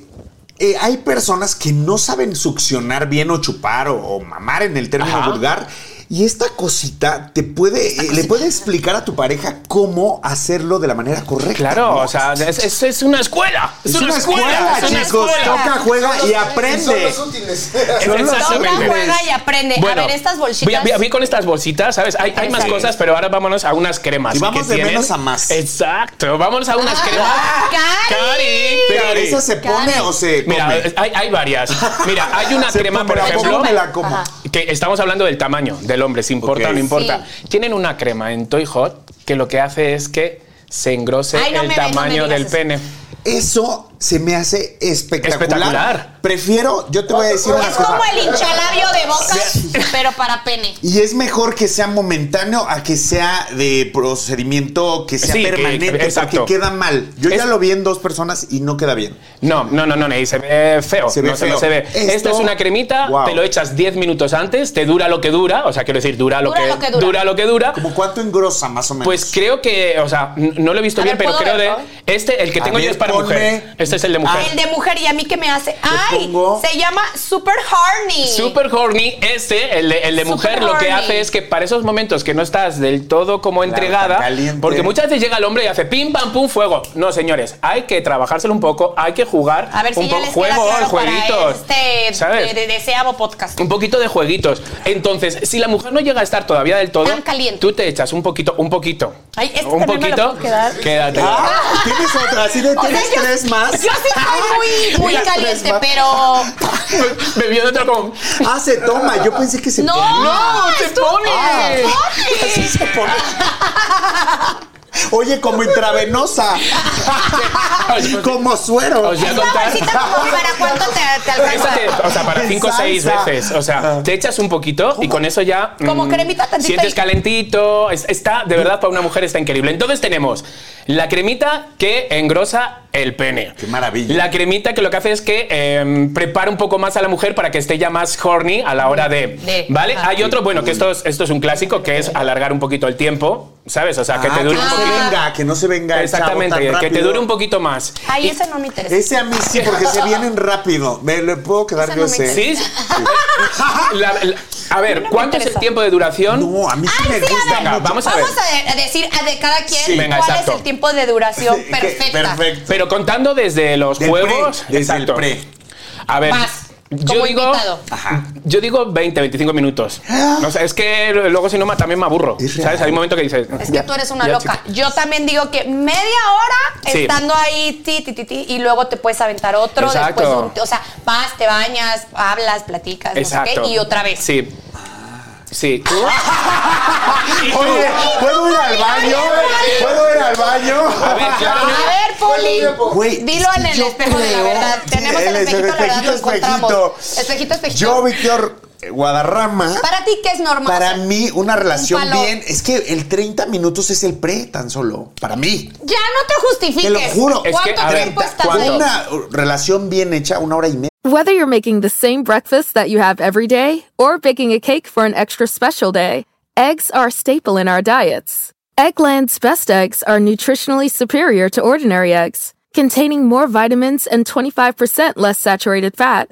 Speaker 2: eh, hay personas que no saben succionar bien o chupar o, o mamar en el término
Speaker 3: Ajá.
Speaker 2: vulgar. Y esta cosita te puede, eh, le puede explicar a tu pareja cómo hacerlo de la manera correcta.
Speaker 3: Claro,
Speaker 2: ¿no?
Speaker 3: o sea, es, es- es una escuela.
Speaker 2: Es, una, escuela,
Speaker 3: es una
Speaker 2: chicos.
Speaker 3: escuela.
Speaker 2: Toca, juega y
Speaker 4: Son
Speaker 2: aprende.
Speaker 4: los útiles.
Speaker 2: Son los
Speaker 3: Exactamente.
Speaker 1: Toca,
Speaker 2: útiles.
Speaker 1: juega y aprende.
Speaker 3: Bueno,
Speaker 1: a ver, estas bolsitas...
Speaker 3: Voy, a- voy a- voy con estas bolsitas, ¿sabes? Hay, hay más
Speaker 1: Exacto.
Speaker 3: cosas, pero ahora vámonos a unas cremas.
Speaker 2: Y vamos
Speaker 3: que
Speaker 2: de
Speaker 3: tienen.
Speaker 2: menos a más.
Speaker 3: Exacto, vámonos a unas
Speaker 1: Ah,
Speaker 3: cremas.
Speaker 1: Cari.
Speaker 2: Pero
Speaker 3: Cari.
Speaker 2: esa se
Speaker 1: Cari.
Speaker 2: pone o se come.
Speaker 3: Mira, hay, hay varias. Mira, hay una
Speaker 2: Se
Speaker 3: crema,
Speaker 2: come,
Speaker 3: por
Speaker 2: la
Speaker 3: ejemplo,
Speaker 2: como, me la como.
Speaker 1: Ajá.
Speaker 3: que estamos hablando del tamaño del hombre, si importa o
Speaker 2: Ok.
Speaker 3: no importa.
Speaker 1: Sí.
Speaker 3: Tienen una crema en Toy Hot que lo que hace es que se engrose
Speaker 1: Ay, no
Speaker 3: el
Speaker 1: me ve- no me
Speaker 3: tamaño
Speaker 1: digas
Speaker 3: del
Speaker 1: eso.
Speaker 3: pene.
Speaker 2: Eso se me hace espectacular.
Speaker 3: Espectacular.
Speaker 2: Prefiero, yo te voy a decir una
Speaker 1: Es
Speaker 2: cosa.
Speaker 1: como el hinchalabio de boca, pero para pene.
Speaker 2: Y es mejor que sea momentáneo a que sea de procedimiento que sea
Speaker 3: Sí, que-
Speaker 2: permanente,
Speaker 3: exacto.
Speaker 2: porque queda mal. Yo ya
Speaker 3: Es-
Speaker 2: lo vi en dos personas y no queda bien.
Speaker 3: No, no, no, no, no, y se ve feo.
Speaker 2: Se ve
Speaker 3: no, se-
Speaker 2: feo.
Speaker 3: no se ve.
Speaker 2: Esto-
Speaker 3: Esta es una cremita,
Speaker 2: Wow.
Speaker 3: te lo echas 10 minutos antes, te dura lo que dura, o sea, quiero decir, dura lo,
Speaker 1: Dura
Speaker 3: que,
Speaker 1: lo que dura.
Speaker 3: lo que dura.
Speaker 2: ¿Como cuánto engrosa más o menos?
Speaker 3: Pues creo que, o sea, n- no lo he visto
Speaker 1: A
Speaker 3: bien,
Speaker 1: ver,
Speaker 3: pero
Speaker 1: ¿puedo
Speaker 3: creo de.
Speaker 1: verlo?
Speaker 3: Este, el que
Speaker 2: A
Speaker 3: tengo
Speaker 2: ver,
Speaker 3: yo es para
Speaker 2: ponme-
Speaker 3: mujer. Este es el de mujer.
Speaker 1: El de mujer y a mí que me hace. ¡Ay!
Speaker 2: pongo-
Speaker 1: Se llama Super Horny.
Speaker 3: Super horny, este, el de, el de
Speaker 1: Super
Speaker 3: mujer, lo que
Speaker 1: horny.
Speaker 3: hace es que para esos momentos que no estás del todo como entregada,
Speaker 2: tan caliente.
Speaker 3: porque muchas veces llega el hombre y hace pim, pam, pum, fuego. No, señores, hay que trabajárselo un poco, hay que jugar
Speaker 1: A ver
Speaker 3: un
Speaker 1: si ya
Speaker 3: poco-
Speaker 1: les queda
Speaker 3: juegos,
Speaker 1: claro
Speaker 3: jueguitos,
Speaker 1: para este
Speaker 3: ¿sabes?
Speaker 1: de- de- deseamos podcast.
Speaker 3: Un poquito de jueguitos. Entonces, si la mujer no llega a estar todavía del todo,
Speaker 1: Tan caliente.
Speaker 3: tú te echas un poquito, un poquito.
Speaker 1: Ay, este
Speaker 3: un
Speaker 1: también me lo
Speaker 3: poquito.
Speaker 1: puedo quedar.
Speaker 3: Quédate.
Speaker 2: Ah, tienes otra, así de
Speaker 1: O sea,
Speaker 2: tienes
Speaker 1: yo-
Speaker 2: tres
Speaker 1: Yo
Speaker 2: más.
Speaker 1: sí soy muy, muy
Speaker 2: Tienes
Speaker 1: caliente,
Speaker 2: tres más.
Speaker 1: pero.
Speaker 3: Bebió de otro con.
Speaker 2: Ah, se toma. Yo pensé que se
Speaker 1: ¡No!
Speaker 2: ponía.
Speaker 3: ¡Ah, te
Speaker 1: Ah, estuvo-
Speaker 3: pone.
Speaker 2: Así
Speaker 1: ¡Se
Speaker 2: se
Speaker 1: pone!
Speaker 2: pone. Oye, como intravenosa.
Speaker 3: pues,
Speaker 2: como suero.
Speaker 3: Os voy a
Speaker 1: Una
Speaker 3: contar.
Speaker 1: bolsita como para cuánto te, te
Speaker 3: Esa
Speaker 1: alcanza.
Speaker 3: te- o sea, para
Speaker 2: En
Speaker 3: 5 o 6
Speaker 2: salsa.
Speaker 3: veces. O sea, te echas un poquito y con eso ya. mm,
Speaker 1: Como cremita tantita
Speaker 3: Sientes
Speaker 1: y-
Speaker 3: calentito. Es- está, de verdad, para una mujer está increíble. Entonces tenemos la cremita que engrosa el pene.
Speaker 2: Qué maravilla.
Speaker 3: La cremita que lo que hace es que eh, prepara un poco más a la mujer para que esté ya más horny a la hora de.
Speaker 1: De-
Speaker 3: ¿Vale?
Speaker 1: ajá.
Speaker 3: Hay otro, bueno, que esto es, esto es un clásico, que es alargar un poquito el tiempo. ¿Sabes? O sea, que
Speaker 2: Ah,
Speaker 3: te dure un
Speaker 2: no
Speaker 3: poquito.
Speaker 2: se venga, que no se venga el chavo
Speaker 3: Exactamente,
Speaker 2: tan
Speaker 3: que te
Speaker 2: rápido.
Speaker 3: dure un poquito más.
Speaker 1: Ay,
Speaker 3: Y-
Speaker 1: ese no me interesa.
Speaker 2: Ese a mí sí, porque se vienen rápido. Me le puedo quedar
Speaker 1: Ese
Speaker 2: yo
Speaker 1: no me
Speaker 2: ese.
Speaker 3: ¿Sí? La- la- a ver,
Speaker 1: me
Speaker 3: ¿cuánto es
Speaker 1: interesa.
Speaker 3: el tiempo de duración?
Speaker 2: No, a mí sí
Speaker 1: Ay,
Speaker 2: me
Speaker 1: sí, a
Speaker 2: gusta.
Speaker 1: ver,
Speaker 3: Venga,
Speaker 2: mucho.
Speaker 3: vamos a ver.
Speaker 1: Vamos a, de- decir a de cada quien
Speaker 3: Sí, venga,
Speaker 1: cuál
Speaker 3: exacto.
Speaker 1: es el tiempo de duración
Speaker 2: Que-
Speaker 1: perfecta.
Speaker 2: Perfecto.
Speaker 3: Pero contando desde los
Speaker 2: Del
Speaker 3: juegos.
Speaker 2: pre, desde el pre.
Speaker 3: A ver.
Speaker 1: Vas,
Speaker 3: Yo
Speaker 1: como
Speaker 3: digo,
Speaker 1: invitado.
Speaker 2: Ajá.
Speaker 3: yo digo 20, 25 minutos. No sé, es que luego si no ma- también me aburro.
Speaker 2: Es
Speaker 3: ¿Sabes?
Speaker 2: real.
Speaker 3: Hay un momento que dices.
Speaker 1: Es que
Speaker 3: ya,
Speaker 1: tú eres una
Speaker 3: ya,
Speaker 1: loca.
Speaker 3: chica.
Speaker 1: Yo también digo que media hora
Speaker 3: Sí.
Speaker 1: estando ahí, ti, ti, ti, ti, y luego te puedes aventar otro.
Speaker 3: Exacto.
Speaker 1: Después un- o sea, vas, te bañas, hablas, platicas, no
Speaker 3: Exacto.
Speaker 1: sé qué, y otra vez.
Speaker 3: Sí. Sí. ¿Tú? ¿Y tú?
Speaker 2: Oye, ¿puedo ir al baño? ¿Puedo ir al baño? pues.
Speaker 3: A ver, claro.
Speaker 1: A ver, Poli.
Speaker 2: Güey,
Speaker 1: Dilo
Speaker 2: es que
Speaker 1: en el
Speaker 2: yo
Speaker 1: espejo de la
Speaker 2: creo-
Speaker 1: verdad. Tenemos el espejito, la verdad, lo encontramos. Espejito, espejito.
Speaker 2: Yo, Víctor eh, Guadarrama.
Speaker 1: Para ti, ¿qué es normal?
Speaker 2: Para mí, una relación
Speaker 1: palo.
Speaker 2: bien. Es que el 30 minutos es el pre, tan solo. Para mí.
Speaker 1: Ya no te justifiques.
Speaker 2: Te lo juro.
Speaker 3: Es
Speaker 1: ¿Cuánto
Speaker 3: que, a ver,
Speaker 1: tiempo estás
Speaker 3: ¿cuánto?
Speaker 1: ahí?
Speaker 2: Una relación bien hecha, una hora y media.
Speaker 6: Whether you're making the same breakfast that you have every day or baking a cake for an extra special day, eggs are a staple in our diets. Eggland's best eggs are nutritionally superior to ordinary eggs, containing more vitamins and 25% less saturated fat.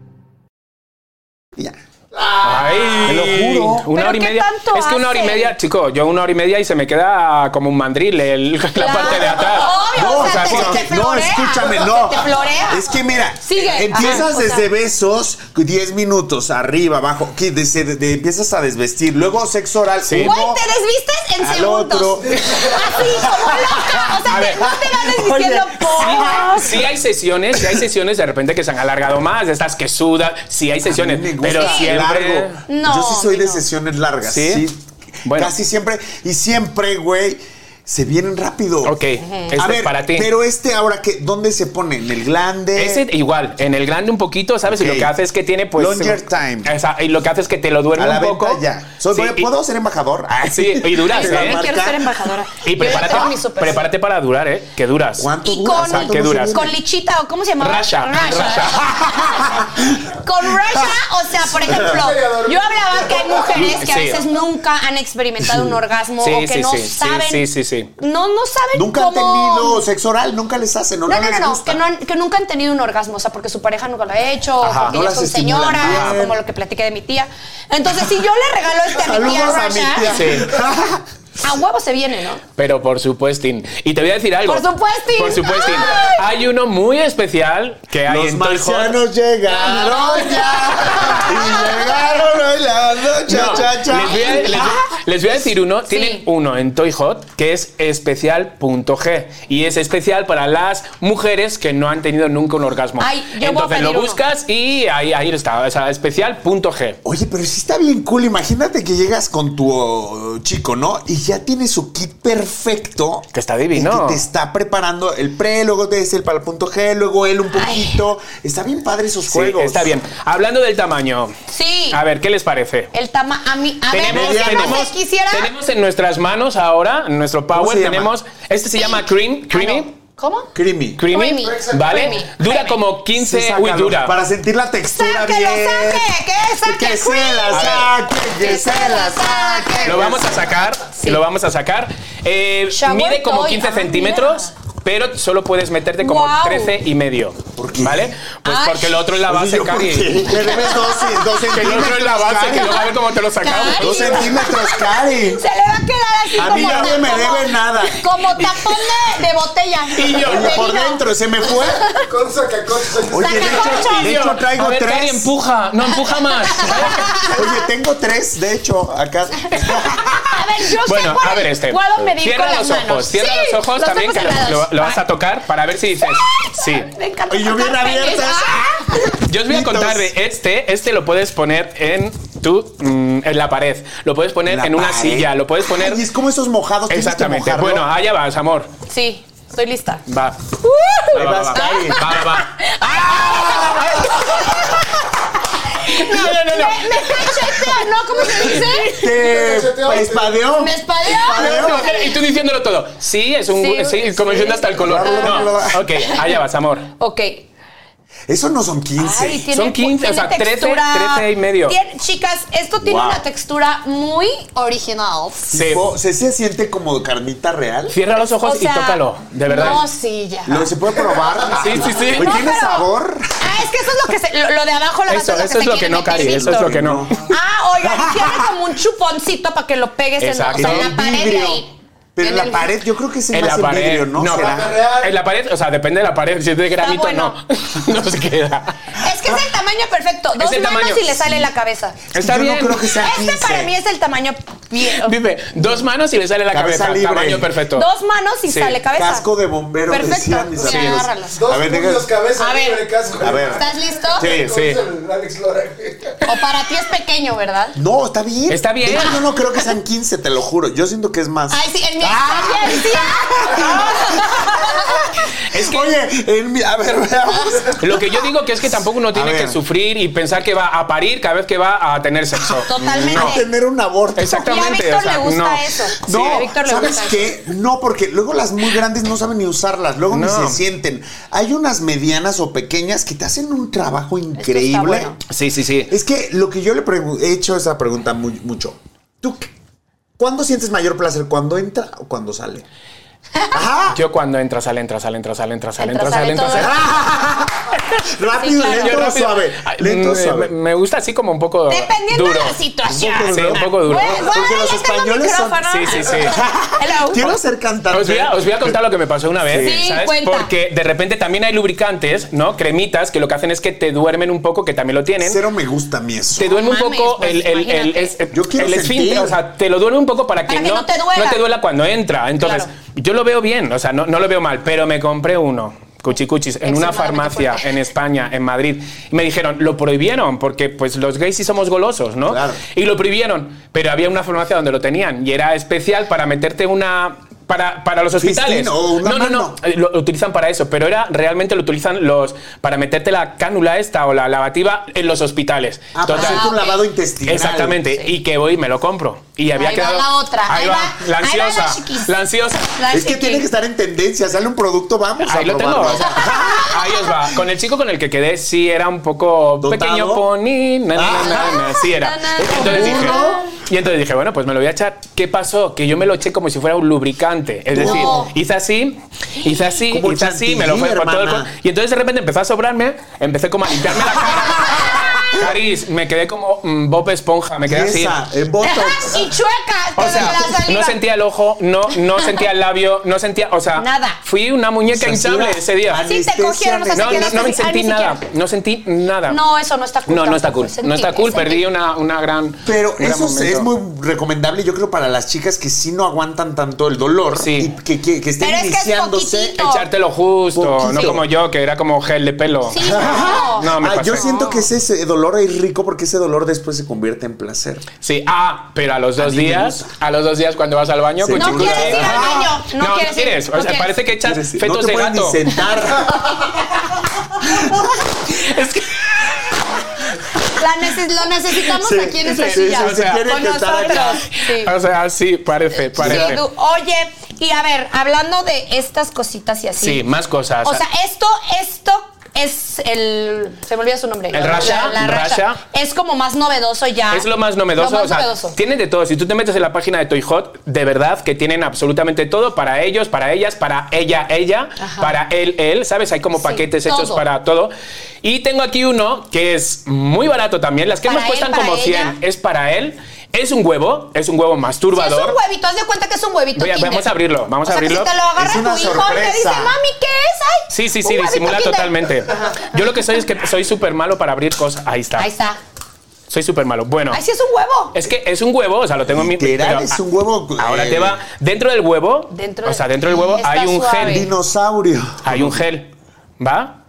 Speaker 2: Ya.
Speaker 3: Ay,
Speaker 2: Te lo juro.
Speaker 3: Una
Speaker 1: Ah. ¿Pero
Speaker 3: hora y
Speaker 1: qué
Speaker 3: media.
Speaker 1: tanto
Speaker 3: es que una hora y
Speaker 1: hacen?
Speaker 3: media, chico, yo una hora y media y se me queda como un mandril el- la parte de atrás.
Speaker 1: Obvio,
Speaker 2: No,
Speaker 1: o sea,
Speaker 2: es
Speaker 1: te-
Speaker 2: que-
Speaker 1: se te
Speaker 2: no,
Speaker 1: florea,
Speaker 2: escúchame,
Speaker 1: se
Speaker 2: no.
Speaker 1: te florea.
Speaker 2: Es que mira, eh,
Speaker 1: Sigue.
Speaker 2: empiezas
Speaker 1: Ajá, o
Speaker 2: desde
Speaker 1: sea.
Speaker 2: besos, 10 minutos, arriba, abajo, que de- se- de- empiezas a desvestir, luego sexo oral.
Speaker 3: Sí.
Speaker 2: uno,
Speaker 1: Güey, te desvistes en
Speaker 2: al
Speaker 1: segundos.
Speaker 2: otro.
Speaker 1: Así, como loca. O sea,
Speaker 3: A ver.
Speaker 1: no te vas desvistiendo
Speaker 2: Oye,
Speaker 1: por.
Speaker 3: Sí hay sesiones, sí hay sesiones de repente que se han alargado más, de estas que sudan, sí hay sesiones,
Speaker 2: me gusta
Speaker 3: pero
Speaker 2: el
Speaker 3: siempre...
Speaker 2: largo.
Speaker 1: No,
Speaker 2: Yo sí soy
Speaker 1: a mí
Speaker 2: de
Speaker 1: no.
Speaker 2: sesiones largas.
Speaker 3: ¿Sí?
Speaker 2: Sí.
Speaker 3: Bueno.
Speaker 2: Casi siempre. Y siempre, güey, se vienen rápido.
Speaker 3: Ok, este
Speaker 2: a
Speaker 3: es
Speaker 2: ver,
Speaker 3: para ti.
Speaker 2: Pero este ahora, que ¿dónde se pone? ¿En el glande?
Speaker 3: Ese igual, en el grande un poquito, ¿sabes? Y
Speaker 2: Eh. Ok.
Speaker 3: lo que hace es que tiene pues...
Speaker 2: Longer time.
Speaker 3: Esa- y lo que hace es que te lo duerme
Speaker 2: a la
Speaker 3: un poco.
Speaker 2: venta ya. Soy-
Speaker 3: Sí, y-
Speaker 2: ¿Puedo ser embajador? Ay,
Speaker 3: Sí, y duras,
Speaker 2: de la
Speaker 3: ¿eh? Yo
Speaker 1: quiero
Speaker 2: marca.
Speaker 1: ser embajadora.
Speaker 3: Y,
Speaker 1: Yo ya
Speaker 3: prepárate,
Speaker 1: tengo mi super-
Speaker 3: prepárate para durar, ¿eh? Que duras.
Speaker 2: ¿Cuánto
Speaker 1: Y
Speaker 2: dura?
Speaker 1: con,
Speaker 2: O sea,
Speaker 3: ¿qué
Speaker 2: ¿cómo se
Speaker 3: duras?
Speaker 2: viene?
Speaker 1: con lichita, ¿o cómo se llamaba?
Speaker 3: Rasha,
Speaker 1: con Rasha, o sea, por ejemplo, yo hablaba que hay mujeres que a
Speaker 3: Sí.
Speaker 1: veces nunca han experimentado un orgasmo
Speaker 3: Sí,
Speaker 1: o que
Speaker 3: sí,
Speaker 1: no
Speaker 3: sí, sí,
Speaker 1: saben
Speaker 3: sí, sí, sí. Sí.
Speaker 1: no, no saben
Speaker 2: Nunca han
Speaker 1: cómo-
Speaker 2: tenido sexo oral, nunca les hacen, no,
Speaker 1: No,
Speaker 2: no,
Speaker 1: no, no,
Speaker 2: les
Speaker 1: no,
Speaker 2: gusta.
Speaker 1: que, no han- que nunca han tenido un orgasmo, o sea, porque su pareja nunca lo ha hecho,
Speaker 2: Ajá,
Speaker 1: porque
Speaker 2: no
Speaker 1: ellas
Speaker 2: las
Speaker 1: son
Speaker 2: estimulan
Speaker 1: señoras,
Speaker 2: bien.
Speaker 1: como lo que platiqué de mi tía. Entonces, si yo le regalo este a mi tía
Speaker 2: Saludos a mi
Speaker 1: Rasha,
Speaker 2: tía.
Speaker 3: Sí.
Speaker 1: a huevo se viene, ¿no?
Speaker 3: Pero por supuestín. Y te voy a decir algo.
Speaker 1: Por supuestín.
Speaker 3: Por supuestín.
Speaker 1: Ay.
Speaker 3: Hay uno muy especial que hay
Speaker 2: Los
Speaker 3: en Toy Hot.
Speaker 2: marcianos llegaron ya y llegaron bailando cha
Speaker 3: No,
Speaker 2: cha cha.
Speaker 3: Les voy, a, les- les voy a decir uno. Tienen uno en Toy Hot que es especial.g y es especial para las mujeres que no han tenido nunca un orgasmo.
Speaker 1: Ay, yo voy a
Speaker 3: Entonces lo
Speaker 1: pedir uno.
Speaker 3: buscas y ahí, ahí está, o sea, especial.g.
Speaker 2: Oye, pero sí está bien cool. Imagínate que llegas con tu oh, chico, ¿no? Y ya tiene su kit perfecto.
Speaker 3: Que está
Speaker 2: Y
Speaker 3: divino.
Speaker 2: Que te está preparando el pre, luego te dice el para el punto G, luego él un poquito. Está bien padre esos
Speaker 3: Sí,
Speaker 2: juegos.
Speaker 3: está bien. Hablando del tamaño,
Speaker 1: Sí.
Speaker 3: a ver, ¿qué les parece?
Speaker 1: El tama a mí, a
Speaker 3: Tenemos,
Speaker 1: ver, ¿qué más
Speaker 3: tenemos-
Speaker 1: se quisiera? Ah,
Speaker 3: tenemos en nuestras manos ahora, en nuestro
Speaker 2: ¿Cómo
Speaker 3: power,
Speaker 2: se llama?
Speaker 3: tenemos. Este se llama Cream, Creamy.
Speaker 1: Ah, no. ¿Cómo?
Speaker 2: Creamy.
Speaker 3: Creamy,
Speaker 1: Creamy.
Speaker 3: ¿vale?
Speaker 1: Creamy.
Speaker 3: Dura
Speaker 1: Creamy.
Speaker 3: como 15,
Speaker 2: Sí,
Speaker 3: uy,
Speaker 2: sácalo,
Speaker 3: dura.
Speaker 2: Para sentir la textura
Speaker 1: ¡Sáquelo,
Speaker 2: bien.
Speaker 1: saque! ¡Que saque,
Speaker 2: Que se
Speaker 1: Creamy!
Speaker 2: la saque, que se la saque.
Speaker 3: Lo vamos a sacar, lo vamos a sacar. Eh,
Speaker 1: Shower
Speaker 3: mide como
Speaker 1: toy.
Speaker 3: 15
Speaker 1: Ah,
Speaker 3: centímetros, pero solo puedes meterte como
Speaker 1: Guau.
Speaker 3: 13 y medio.
Speaker 2: ¿Por qué?
Speaker 3: ¿Vale? Pues
Speaker 1: Ay.
Speaker 3: porque el otro es la
Speaker 2: Oye,
Speaker 3: base,
Speaker 2: yo, ¿por
Speaker 3: Cari.
Speaker 2: qué? Le debes dos, dos
Speaker 3: Que el
Speaker 2: centímetros.
Speaker 3: otro es la base,
Speaker 2: Cari.
Speaker 3: que luego a ver cómo te lo sacamos.
Speaker 1: Cari.
Speaker 2: Dos centímetros, Cari.
Speaker 1: Se le va a quedar así
Speaker 2: A
Speaker 1: como
Speaker 2: mí nadie me
Speaker 1: como-
Speaker 2: debe nada.
Speaker 1: Como tapón de, de botella.
Speaker 3: Y yo,
Speaker 2: Oye,
Speaker 1: De
Speaker 2: por
Speaker 1: vino.
Speaker 2: dentro se me fue.
Speaker 4: Con saca, con saca.
Speaker 2: Oye, de hecho,
Speaker 1: Sacacorchos.
Speaker 2: de hecho traigo
Speaker 3: a ver, Cari,
Speaker 2: tres.
Speaker 3: empuja. No, empuja más.
Speaker 2: Oye, tengo tres, de hecho, acá.
Speaker 1: A ver, yo sé
Speaker 3: Bueno,
Speaker 1: por-
Speaker 3: a ver este.
Speaker 1: Puedo medir
Speaker 3: cierra
Speaker 1: con
Speaker 3: los
Speaker 1: las
Speaker 3: ojos,
Speaker 1: manos.
Speaker 3: cierra
Speaker 1: Sí,
Speaker 3: los ojos también que lo-
Speaker 1: cerrados.
Speaker 3: lo, lo vas a tocar para ver si dices. Sí.
Speaker 1: Me encanta.
Speaker 2: Y yo
Speaker 1: tocar
Speaker 2: bien
Speaker 1: penes.
Speaker 2: abiertas.
Speaker 1: Ah,
Speaker 3: Yo os voy a contar de este. Este lo puedes poner en tu mm, en la pared. Lo puedes poner
Speaker 2: La
Speaker 3: en una
Speaker 2: pared.
Speaker 3: silla. Lo puedes poner.
Speaker 2: Ay, es como esos mojados. tienes que
Speaker 3: Exactamente.
Speaker 2: mojarlo.
Speaker 3: Bueno, ah. allá vas, amor.
Speaker 1: Sí, estoy lista. Uh,
Speaker 3: Va. Va,
Speaker 2: Ahí
Speaker 3: va,
Speaker 2: vas,
Speaker 3: va.
Speaker 2: Cari.
Speaker 3: Va, va, va. No, no, no, no.
Speaker 1: Me, me cachetea, ¿no? ¿Cómo se dice?
Speaker 2: te espadeó.
Speaker 1: Me espadeó.
Speaker 2: Espadeó.
Speaker 3: No, espera, Y tú diciéndolo todo. Sí, es un.
Speaker 1: Sí,
Speaker 3: gu- Sí, como
Speaker 1: sí.
Speaker 3: diciendo hasta el color.
Speaker 2: Claro,
Speaker 3: No.
Speaker 2: claro.
Speaker 3: Ok, allá vas, amor.
Speaker 1: Ok.
Speaker 2: Eso no son 15.
Speaker 1: Ay, tiene,
Speaker 3: Son 15, o
Speaker 1: tiene
Speaker 3: sea, 13,
Speaker 1: textura.
Speaker 3: 13 y medio.
Speaker 1: Tien- chicas, esto tiene
Speaker 2: Wow.
Speaker 1: una textura muy original.
Speaker 2: Tipo, ¿se, se siente como carnita real?
Speaker 3: Cierra los
Speaker 1: O
Speaker 3: ojos
Speaker 1: sea,
Speaker 3: y tócalo, de verdad.
Speaker 1: No, sí, ya.
Speaker 2: ¿Lo se puede probar?
Speaker 3: Sí, sí, sí.
Speaker 2: Oye, ¿Tiene
Speaker 1: No, pero-
Speaker 2: sabor?
Speaker 1: Ah, es que eso es lo que se, lo, lo de abajo la
Speaker 3: Eso,
Speaker 1: base
Speaker 3: eso es lo
Speaker 1: se
Speaker 3: que
Speaker 1: quiere
Speaker 3: no, Cari,
Speaker 1: meter,
Speaker 3: eso es
Speaker 2: Víctor.
Speaker 3: lo que no.
Speaker 1: Ah, oigan, y tiene como un chuponcito para que lo pegues en, o
Speaker 3: Exacto.
Speaker 1: sea, en
Speaker 2: Un
Speaker 1: la pared de
Speaker 2: vidrio.
Speaker 1: ahí.
Speaker 2: Pero en
Speaker 1: En
Speaker 2: la
Speaker 1: el-
Speaker 2: pared, yo creo que se me
Speaker 3: En la
Speaker 2: hace
Speaker 3: pared.
Speaker 2: vidrio, ¿no? ¿Será?
Speaker 3: en la pared, o sea, depende de la pared. Si es de granito,
Speaker 1: bueno.
Speaker 3: no. Nos queda.
Speaker 1: Es que es el tamaño perfecto. Dos
Speaker 3: el
Speaker 1: manos
Speaker 3: tamaño.
Speaker 1: y le sale la cabeza.
Speaker 3: Está
Speaker 2: yo
Speaker 3: bien.
Speaker 2: no creo que sea 15.
Speaker 1: Este para mí es el tamaño bien.
Speaker 3: Dice, dos manos y le sale la
Speaker 2: Cabeza
Speaker 3: cabeza.
Speaker 2: libre.
Speaker 3: Tamaño perfecto.
Speaker 1: Dos manos y
Speaker 3: Sí.
Speaker 1: sale cabeza.
Speaker 2: Casco de bombero,
Speaker 1: Perfecto.
Speaker 2: decían mis
Speaker 1: Mira,
Speaker 2: amigos.
Speaker 1: agárralo.
Speaker 4: Dos
Speaker 2: A ver, deja-
Speaker 4: puños, cabeza,
Speaker 1: A ver.
Speaker 4: libre, casco.
Speaker 2: A ver.
Speaker 1: ¿Estás listo?
Speaker 2: Sí,
Speaker 4: Como
Speaker 2: sí.
Speaker 4: dice el Alex Lora.
Speaker 1: O para ti es pequeño, ¿verdad?
Speaker 2: No, está bien.
Speaker 3: Está bien.
Speaker 2: De hecho, yo no creo que sean 15, te lo juro. Yo siento que es más.
Speaker 1: Ay, sí, en mi
Speaker 2: Ah.
Speaker 1: experiencia.
Speaker 3: Es que
Speaker 2: Oye, en mi- a ver, veamos.
Speaker 3: lo que yo digo que es que tampoco uno tiene
Speaker 2: ver.
Speaker 3: que sufrir y pensar que va a parir cada vez que va a tener sexo.
Speaker 1: Totalmente.
Speaker 2: No tener un aborto.
Speaker 3: Exactamente.
Speaker 1: Y a Víctor
Speaker 3: o sea,
Speaker 1: le gusta
Speaker 3: no.
Speaker 1: eso.
Speaker 2: No,
Speaker 1: Sí, a Víctor le
Speaker 2: ¿sabes
Speaker 1: gusta
Speaker 2: qué? No, porque luego las muy grandes no saben ni usarlas, luego ni
Speaker 3: No.
Speaker 2: se sienten. Hay unas medianas o pequeñas que te hacen un trabajo increíble.
Speaker 1: bueno.
Speaker 3: Sí, sí, sí.
Speaker 2: Es que lo que yo le pregu- he hecho esa pregunta muy- mucho. ¿Tú qué- cuándo sientes mayor placer? ¿Cuando entra o cuando sale? Ajá.
Speaker 3: Yo cuando entra, sale, entra, sale, entra, sale, entra, sale,
Speaker 1: Entra,
Speaker 3: entra,
Speaker 1: sale,
Speaker 3: sale,
Speaker 1: todo.
Speaker 3: entra, sale.
Speaker 2: Rápido,
Speaker 1: claro.
Speaker 2: lento,
Speaker 3: Yo rápido-
Speaker 2: suave.
Speaker 3: Ay,
Speaker 2: Lento,
Speaker 3: me-
Speaker 2: suave.
Speaker 3: Me, me gusta así como un poco
Speaker 1: Dependiendo
Speaker 3: duro.
Speaker 1: de la situación.
Speaker 2: Un poco
Speaker 3: Sí,
Speaker 2: duro.
Speaker 3: un poco duro.
Speaker 1: Bueno, bueno,
Speaker 2: Porque
Speaker 1: ya
Speaker 2: los
Speaker 1: tengo
Speaker 2: españoles son-
Speaker 1: micrófono.
Speaker 3: Sí, sí, sí.
Speaker 1: Hello.
Speaker 2: Quiero ser cantante.
Speaker 3: Os voy, a, os voy a contar lo que me pasó una vez,
Speaker 1: Sí,
Speaker 3: ¿sabes?
Speaker 1: cuenta.
Speaker 3: Porque de repente también hay lubricantes, ¿no? Cremitas que lo que hacen es que te duermen un poco, que también lo tienen.
Speaker 2: Cero me gusta a mí eso.
Speaker 3: Te duerme un
Speaker 1: mames,
Speaker 3: poco
Speaker 1: pues,
Speaker 3: el, el, el,
Speaker 1: imagínate.
Speaker 3: es- el,
Speaker 2: Yo quiero
Speaker 3: esfínter,
Speaker 2: sentir.
Speaker 3: o sea, te lo duerme un poco para que,
Speaker 1: Para que no te duela.
Speaker 3: cuando entra. Entonces,
Speaker 1: Claro.
Speaker 3: yo lo veo bien, o sea, no, no lo veo mal, pero me compré uno. Cuchicuchis, en una farmacia en España, en Madrid. Y me dijeron, lo prohibieron, porque pues los gays sí somos golosos, ¿no?
Speaker 2: Claro.
Speaker 3: Y lo prohibieron, pero había una farmacia donde lo tenían y era especial para meterte una... Para, para los
Speaker 2: Fistín
Speaker 3: hospitales.
Speaker 2: o una
Speaker 3: no, no, no,
Speaker 2: mano.
Speaker 3: eh, lo utilizan para eso, pero era realmente lo utilizan los para meterte la cánula esta o la lavativa en los hospitales.
Speaker 2: Ah, para
Speaker 3: Total.
Speaker 2: hacerte un lavado intestinal.
Speaker 3: Exactamente, y que voy y me lo compro. Y había
Speaker 1: Ahí va
Speaker 3: quedado
Speaker 1: la otra, ahí va-
Speaker 3: la
Speaker 1: ahí va la
Speaker 3: ansiosa,
Speaker 1: chiquis.
Speaker 3: la ansiosa.
Speaker 1: La
Speaker 2: Es que
Speaker 1: chiqui.
Speaker 2: tiene que estar en tendencia. Sale un producto, vamos
Speaker 3: Ahí
Speaker 2: a
Speaker 3: lo tengo.
Speaker 2: probarlo.
Speaker 3: o sea, ahí os va. Con el chico con el que quedé, sí era un poco
Speaker 2: ¿Dotado?
Speaker 3: pequeño pony. na, na, na, na, sí era.
Speaker 1: Na, na, na.
Speaker 3: Entonces dije,
Speaker 2: ¿Burro?
Speaker 3: Y entonces dije, bueno, pues me lo voy a echar. ¿Qué pasó? Que yo me lo eché como si fuera un lubricante. Es decir,
Speaker 1: No.
Speaker 3: hice así, hice así,
Speaker 2: Como
Speaker 3: hice así,
Speaker 2: chantilly,
Speaker 3: me lo fue por todo el
Speaker 2: hermana.
Speaker 3: cuerpo. Y entonces de repente empezó a sobrarme, empecé como a limpiarme la cara. Caris, me quedé como mm, Bob Esponja, me quedé así.
Speaker 2: Esa, en Botox.
Speaker 1: y chueca, te
Speaker 3: O
Speaker 1: ve
Speaker 3: sea,
Speaker 1: la saliva.
Speaker 3: no sentía el ojo, no, no sentía el labio, no sentía, o sea,
Speaker 1: Nada.
Speaker 3: fui una muñeca
Speaker 2: O sea,
Speaker 3: hinchable
Speaker 2: sí,
Speaker 3: ese día.
Speaker 2: ani-
Speaker 1: Sí, te
Speaker 2: Anestesia
Speaker 1: cogieron, o sea,
Speaker 2: de-
Speaker 1: te
Speaker 3: No, no,
Speaker 1: quedaste
Speaker 3: no me
Speaker 1: así. Ah,
Speaker 3: sentí
Speaker 1: ni
Speaker 3: nada,
Speaker 1: siquiera.
Speaker 3: no sentí nada.
Speaker 1: No, eso no está pues, cool.
Speaker 3: No, no está
Speaker 1: tampoco,
Speaker 3: cool. No está
Speaker 1: sentir,
Speaker 3: cool,
Speaker 1: es
Speaker 3: perdí
Speaker 1: sentir.
Speaker 3: una, una gran.
Speaker 2: Pero
Speaker 3: gran
Speaker 2: eso se-
Speaker 3: momento.
Speaker 2: es muy recomendable, yo creo, para las chicas que sí no aguantan tanto el dolor
Speaker 3: Sí.
Speaker 2: y que, que- que estén
Speaker 1: Pero es que es
Speaker 2: iniciándose.
Speaker 1: poquitito.
Speaker 3: Echártelo justo,
Speaker 2: Poquito.
Speaker 3: no como yo, que era como gel de pelo.
Speaker 1: Sí, no.
Speaker 3: No, me
Speaker 2: Ah,
Speaker 3: pasé.
Speaker 2: yo siento que ese, ese dolor es rico porque ese dolor después se convierte en placer.
Speaker 3: Sí, ah, pero a los dos
Speaker 2: mí me
Speaker 3: días, a los dos días cuando vas al baño,
Speaker 2: Sí.
Speaker 3: con
Speaker 2: No
Speaker 3: tu cuchara-
Speaker 2: quieres ir al
Speaker 1: baño, no
Speaker 3: no
Speaker 1: quieres ir,
Speaker 3: quieres. O
Speaker 1: no
Speaker 3: sea,
Speaker 1: quieres.
Speaker 3: parece que echas
Speaker 2: Es decir,
Speaker 3: fetos
Speaker 2: no te
Speaker 3: de
Speaker 2: puedes
Speaker 3: gato.
Speaker 2: ni sentar.
Speaker 1: La neces- lo necesitamos
Speaker 2: Sí,
Speaker 1: aquí en
Speaker 2: sí,
Speaker 1: esta
Speaker 2: sí,
Speaker 1: silla.
Speaker 2: sí, se tiene
Speaker 1: con
Speaker 2: que estar
Speaker 1: nosotros.
Speaker 2: acá.
Speaker 1: Sí.
Speaker 3: O sea, sí, parece, parece.
Speaker 1: Sí, du- Oye, y a ver, hablando de estas cositas y así.
Speaker 3: Sí, más cosas.
Speaker 1: O sea, esto, esto es el. Se me olvida su nombre.
Speaker 3: El Rasha,
Speaker 1: La, la
Speaker 3: Rasha.
Speaker 1: Rasha. Es como más novedoso ya.
Speaker 3: Es lo más novedoso.
Speaker 1: Ah. Lo más
Speaker 3: o sea,
Speaker 1: novedoso.
Speaker 3: Tienen de todo. Si tú te metes en la página de Toy Hot, de verdad que tienen absolutamente todo para ellos, para ellas, para ella, ella,
Speaker 1: Ajá.
Speaker 3: para él, él. ¿Sabes? Hay como
Speaker 1: Sí,
Speaker 3: paquetes
Speaker 1: todo.
Speaker 3: hechos para todo. Y tengo aquí uno que es muy barato también. Las que
Speaker 1: Para
Speaker 3: más
Speaker 1: él,
Speaker 3: cuestan
Speaker 1: para
Speaker 3: como 100
Speaker 1: ella.
Speaker 3: es para él. Es un huevo, es un huevo
Speaker 1: Si es
Speaker 3: masturbador.
Speaker 1: un huevito, haz de cuenta que es un huevito.
Speaker 3: Voy a-
Speaker 1: kinder.
Speaker 3: vamos a abrirlo, vamos
Speaker 1: o
Speaker 3: a
Speaker 1: sea,
Speaker 3: abrirlo.
Speaker 1: Que si te lo agarra
Speaker 2: Es una
Speaker 1: tu hijo, te dice,
Speaker 2: sorpresa.
Speaker 1: mami, ¿qué es? Ay,
Speaker 3: Sí, sí,
Speaker 1: un
Speaker 3: sí,
Speaker 1: huevito
Speaker 3: disimula
Speaker 1: kinder".
Speaker 3: totalmente. Yo lo que soy es que soy súper malo para abrir cosas. Ahí está.
Speaker 1: Ahí está.
Speaker 3: Soy súper malo. Bueno.
Speaker 1: Ahí sí es un huevo.
Speaker 3: Es que es un huevo, o sea, lo tengo en mi.
Speaker 2: Literal,
Speaker 3: pero,
Speaker 2: es
Speaker 3: ah,
Speaker 2: un huevo,
Speaker 3: Ahora
Speaker 2: eh,
Speaker 3: te va. Dentro del huevo.
Speaker 1: Dentro
Speaker 3: o sea,
Speaker 1: de-
Speaker 3: dentro del huevo
Speaker 1: Está
Speaker 3: hay un
Speaker 1: suave.
Speaker 3: gel.
Speaker 2: Dinosaurio.
Speaker 3: Hay un gel. ¿Va?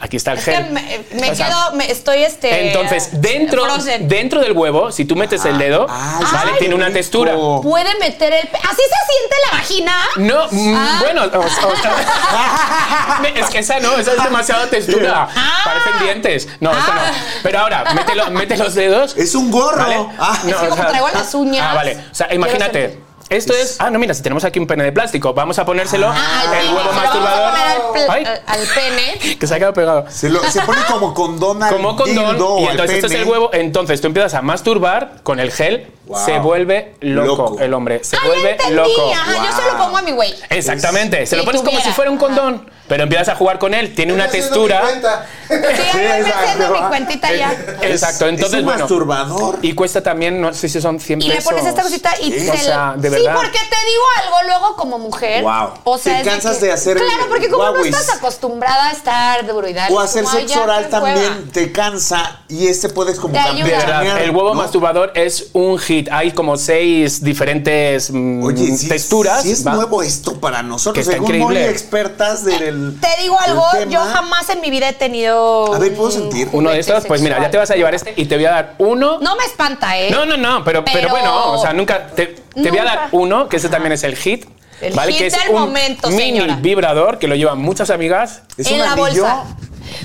Speaker 3: Aquí está el
Speaker 1: Es que
Speaker 3: gel.
Speaker 1: me, eh, me
Speaker 3: O sea,
Speaker 1: quedo, me- estoy este.
Speaker 3: Entonces, dentro,
Speaker 1: frozen.
Speaker 3: dentro del huevo, si tú metes el dedo,
Speaker 2: Ah,
Speaker 3: ¿vale?
Speaker 2: ay,
Speaker 3: Tiene una
Speaker 2: rico.
Speaker 3: textura. No,
Speaker 1: Puede meter el. pe- ¿Así se siente la vagina?
Speaker 3: mm,
Speaker 1: Ah.
Speaker 3: bueno, o- o sea, me- es que esa no, esa es demasiada textura.
Speaker 1: Ah.
Speaker 3: Parecen dientes. No, esa no. Pero ahora, mételo- mete los dedos.
Speaker 2: Es un gorro.
Speaker 3: ¿Vale?
Speaker 2: Ah,
Speaker 3: No,
Speaker 1: que como traigo las uñas,
Speaker 3: Ah, vale. O sea,
Speaker 1: quiero
Speaker 3: imagínate.
Speaker 1: sentir.
Speaker 3: Esto es. Ah, no, mira, si tenemos aquí un pene de plástico, vamos a ponérselo
Speaker 1: Ah, al
Speaker 3: el
Speaker 1: pene,
Speaker 3: huevo
Speaker 1: se lo vamos a
Speaker 3: masturbador.
Speaker 1: poner al, pl-
Speaker 3: Ay,
Speaker 1: al- al pene.
Speaker 3: que se ha quedado pegado.
Speaker 2: se, lo- se pone como condón al
Speaker 3: Como condón.
Speaker 2: dildo o
Speaker 3: Y
Speaker 2: al
Speaker 3: entonces esto es
Speaker 2: pene.
Speaker 3: el huevo. Entonces tú empiezas a masturbar con el gel.
Speaker 2: Wow.
Speaker 3: Se vuelve loco,
Speaker 2: Loco.
Speaker 3: el hombre. Se
Speaker 1: Ah, ya
Speaker 3: vuelve
Speaker 1: entendí.
Speaker 3: loco.
Speaker 1: Ajá, yo
Speaker 2: Wow.
Speaker 1: se lo pongo a mi güey.
Speaker 3: Exactamente. Se lo
Speaker 1: Si
Speaker 3: pones como
Speaker 1: tuviera.
Speaker 3: si fuera un condón. Pero empiezas a jugar con él. Tiene una
Speaker 4: Estoy haciendo
Speaker 3: textura.
Speaker 4: mi cuenta.
Speaker 1: Sí, ya me estoy haciendo
Speaker 2: exacto.
Speaker 1: mi cuentita ya.
Speaker 3: Exacto. Entonces,
Speaker 2: es un
Speaker 3: bueno.
Speaker 2: masturbador.
Speaker 3: Y cuesta también, no sé si son 100
Speaker 1: Y
Speaker 3: pesos.
Speaker 1: le pones esta cosita y te
Speaker 3: Sí. O sea,
Speaker 1: lo-
Speaker 3: de
Speaker 1: Sí,
Speaker 3: verdad.
Speaker 1: porque te digo algo luego como mujer.
Speaker 2: Wow.
Speaker 1: O sea,
Speaker 2: Te
Speaker 1: es
Speaker 2: cansas
Speaker 1: que-
Speaker 2: de hacer
Speaker 1: Claro, porque como
Speaker 2: guauis.
Speaker 1: no estás acostumbrada a estar duro y darle,
Speaker 2: o hacer
Speaker 1: como, ay,
Speaker 2: sexo
Speaker 1: ya,
Speaker 2: oral
Speaker 1: qué
Speaker 2: también
Speaker 1: hueva.
Speaker 2: te cansa y este puedes como
Speaker 1: Te ayuda.
Speaker 3: De verdad,
Speaker 2: campechanear,
Speaker 3: el huevo
Speaker 2: ¿no?
Speaker 3: masturbador es un hit. Hay como seis diferentes mm,
Speaker 2: Oye, sí,
Speaker 3: texturas.
Speaker 2: sí es
Speaker 3: ¿va?
Speaker 2: nuevo esto para nosotros.
Speaker 3: Que está
Speaker 2: Según
Speaker 3: increíble.
Speaker 2: muy expertas del.
Speaker 1: Te digo algo,
Speaker 2: del tema.
Speaker 1: yo jamás en mi vida he tenido.
Speaker 2: A ver, ¿puedo
Speaker 1: un
Speaker 2: sentir?
Speaker 3: Uno de
Speaker 1: juguete
Speaker 3: estos, pues mira, ya
Speaker 1: sexual.
Speaker 3: te vas a llevar este y te voy a dar uno.
Speaker 1: No me espanta, ¿eh?
Speaker 3: no, no, no, pero, pero,
Speaker 1: Pero-
Speaker 3: bueno, o sea, nunca. Te, te voy a dar
Speaker 1: Nunca.
Speaker 3: uno, que ese también es el hit.
Speaker 1: El
Speaker 3: ¿vale?
Speaker 1: hit
Speaker 3: que es
Speaker 1: del
Speaker 3: un
Speaker 1: momento,
Speaker 3: mini
Speaker 1: señora.
Speaker 3: vibrador que lo llevan muchas amigas.
Speaker 2: ¿Es
Speaker 1: en
Speaker 2: un
Speaker 1: la
Speaker 2: anillo?
Speaker 1: bolsa.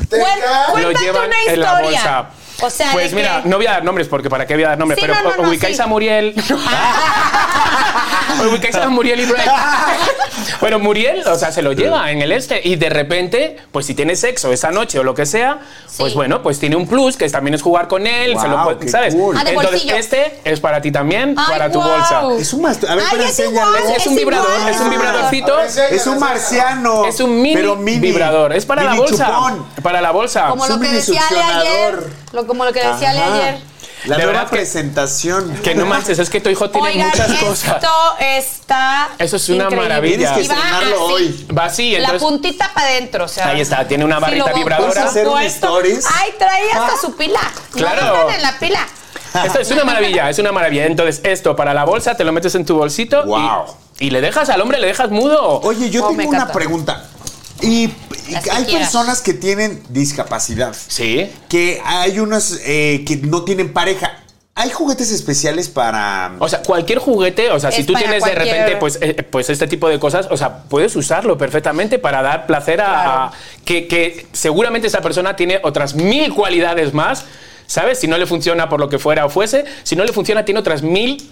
Speaker 4: Te
Speaker 1: Cuer-
Speaker 4: cae.
Speaker 3: Lo
Speaker 1: Cuéntate
Speaker 3: llevan
Speaker 1: una
Speaker 3: en la
Speaker 1: historia.
Speaker 3: bolsa.
Speaker 1: O sea,
Speaker 3: pues
Speaker 1: de
Speaker 3: mira,
Speaker 1: que-
Speaker 3: no voy a dar nombres porque para qué voy a dar nombres,
Speaker 1: Sí,
Speaker 3: pero
Speaker 1: no, no, no,
Speaker 3: ubicáis
Speaker 1: sí.
Speaker 3: a Muriel. ubicáis a Muriel y Brian. bueno, Muriel, o sea, se lo lleva en el este y de repente, pues si tiene sexo esa noche o lo que sea, pues
Speaker 1: Sí.
Speaker 3: bueno, pues tiene un plus que también es jugar con él, se lo
Speaker 2: Guau,
Speaker 3: puede-
Speaker 2: qué
Speaker 3: ¿sabes?
Speaker 2: cool.
Speaker 1: Ah, de
Speaker 3: Entonces,
Speaker 1: bolsillo.
Speaker 3: este es para ti también,
Speaker 1: Ay,
Speaker 3: para tu
Speaker 1: guau.
Speaker 3: bolsa.
Speaker 2: Es un mastu- A ver,
Speaker 1: Ay,
Speaker 2: pero
Speaker 1: es
Speaker 2: enséñale.
Speaker 1: igual,
Speaker 3: Es un
Speaker 1: Es
Speaker 3: vibrador,
Speaker 1: igual.
Speaker 3: es un vibradorcito.
Speaker 4: A ver, enséñale.
Speaker 2: Es un marciano.
Speaker 3: Es un mini,
Speaker 2: pero
Speaker 3: vibrador, es para la
Speaker 2: mini
Speaker 3: bolsa.
Speaker 2: chupón.
Speaker 3: Para la bolsa.
Speaker 1: Como
Speaker 2: Es
Speaker 1: lo
Speaker 2: un
Speaker 1: que decía Ale ayer.
Speaker 2: minisuccionador.
Speaker 1: Lo, como lo que decía Ale
Speaker 2: Ajá.
Speaker 1: ayer.
Speaker 2: La
Speaker 3: De
Speaker 2: nueva
Speaker 3: verdad que-
Speaker 2: presentación.
Speaker 3: Que no manches, es que tu hijo tiene
Speaker 1: Oigan,
Speaker 3: muchas
Speaker 1: esto
Speaker 3: cosas.
Speaker 1: está.
Speaker 3: Eso es una
Speaker 1: increíble.
Speaker 3: maravilla.
Speaker 2: Tienes que
Speaker 1: Y va
Speaker 2: estrenarlo
Speaker 1: así,
Speaker 2: hoy.
Speaker 3: Va así,
Speaker 1: La
Speaker 3: entonces.
Speaker 1: puntita para adentro, o sea.
Speaker 3: Ahí está, tiene una
Speaker 1: Sí,
Speaker 3: barrita
Speaker 1: luego,
Speaker 3: vibradora.
Speaker 1: por
Speaker 2: ¿Hacer un
Speaker 1: supuesto.
Speaker 2: stories?
Speaker 1: Ay, trae hasta
Speaker 2: Ah.
Speaker 1: su pila.
Speaker 3: Claro.
Speaker 1: No dejan en la pila.
Speaker 3: Esto es una maravilla, es una maravilla. Entonces, esto para la bolsa, te lo metes en tu bolsito. y-
Speaker 2: Wow.
Speaker 3: Y, le dejas al hombre, le dejas mudo.
Speaker 2: Oye, yo
Speaker 1: Oh, me
Speaker 2: tengo una
Speaker 1: encanta.
Speaker 2: pregunta. Y, y
Speaker 1: Las que
Speaker 2: hay
Speaker 1: quieras.
Speaker 2: personas que tienen discapacidad,
Speaker 3: Sí.
Speaker 2: que hay unos eh, que no tienen pareja. ¿Hay juguetes especiales para
Speaker 3: O sea, cualquier juguete, o sea,
Speaker 1: Es
Speaker 3: si tú
Speaker 1: para
Speaker 3: tienes de
Speaker 1: cualquier-
Speaker 3: repente pues, eh, pues este tipo de cosas, o sea, puedes usarlo perfectamente para dar placer a, a- que, que seguramente esa persona tiene otras mil cualidades más ¿Sabes? Si no le funciona por lo que fuera o fuese, si no le funciona, tiene otras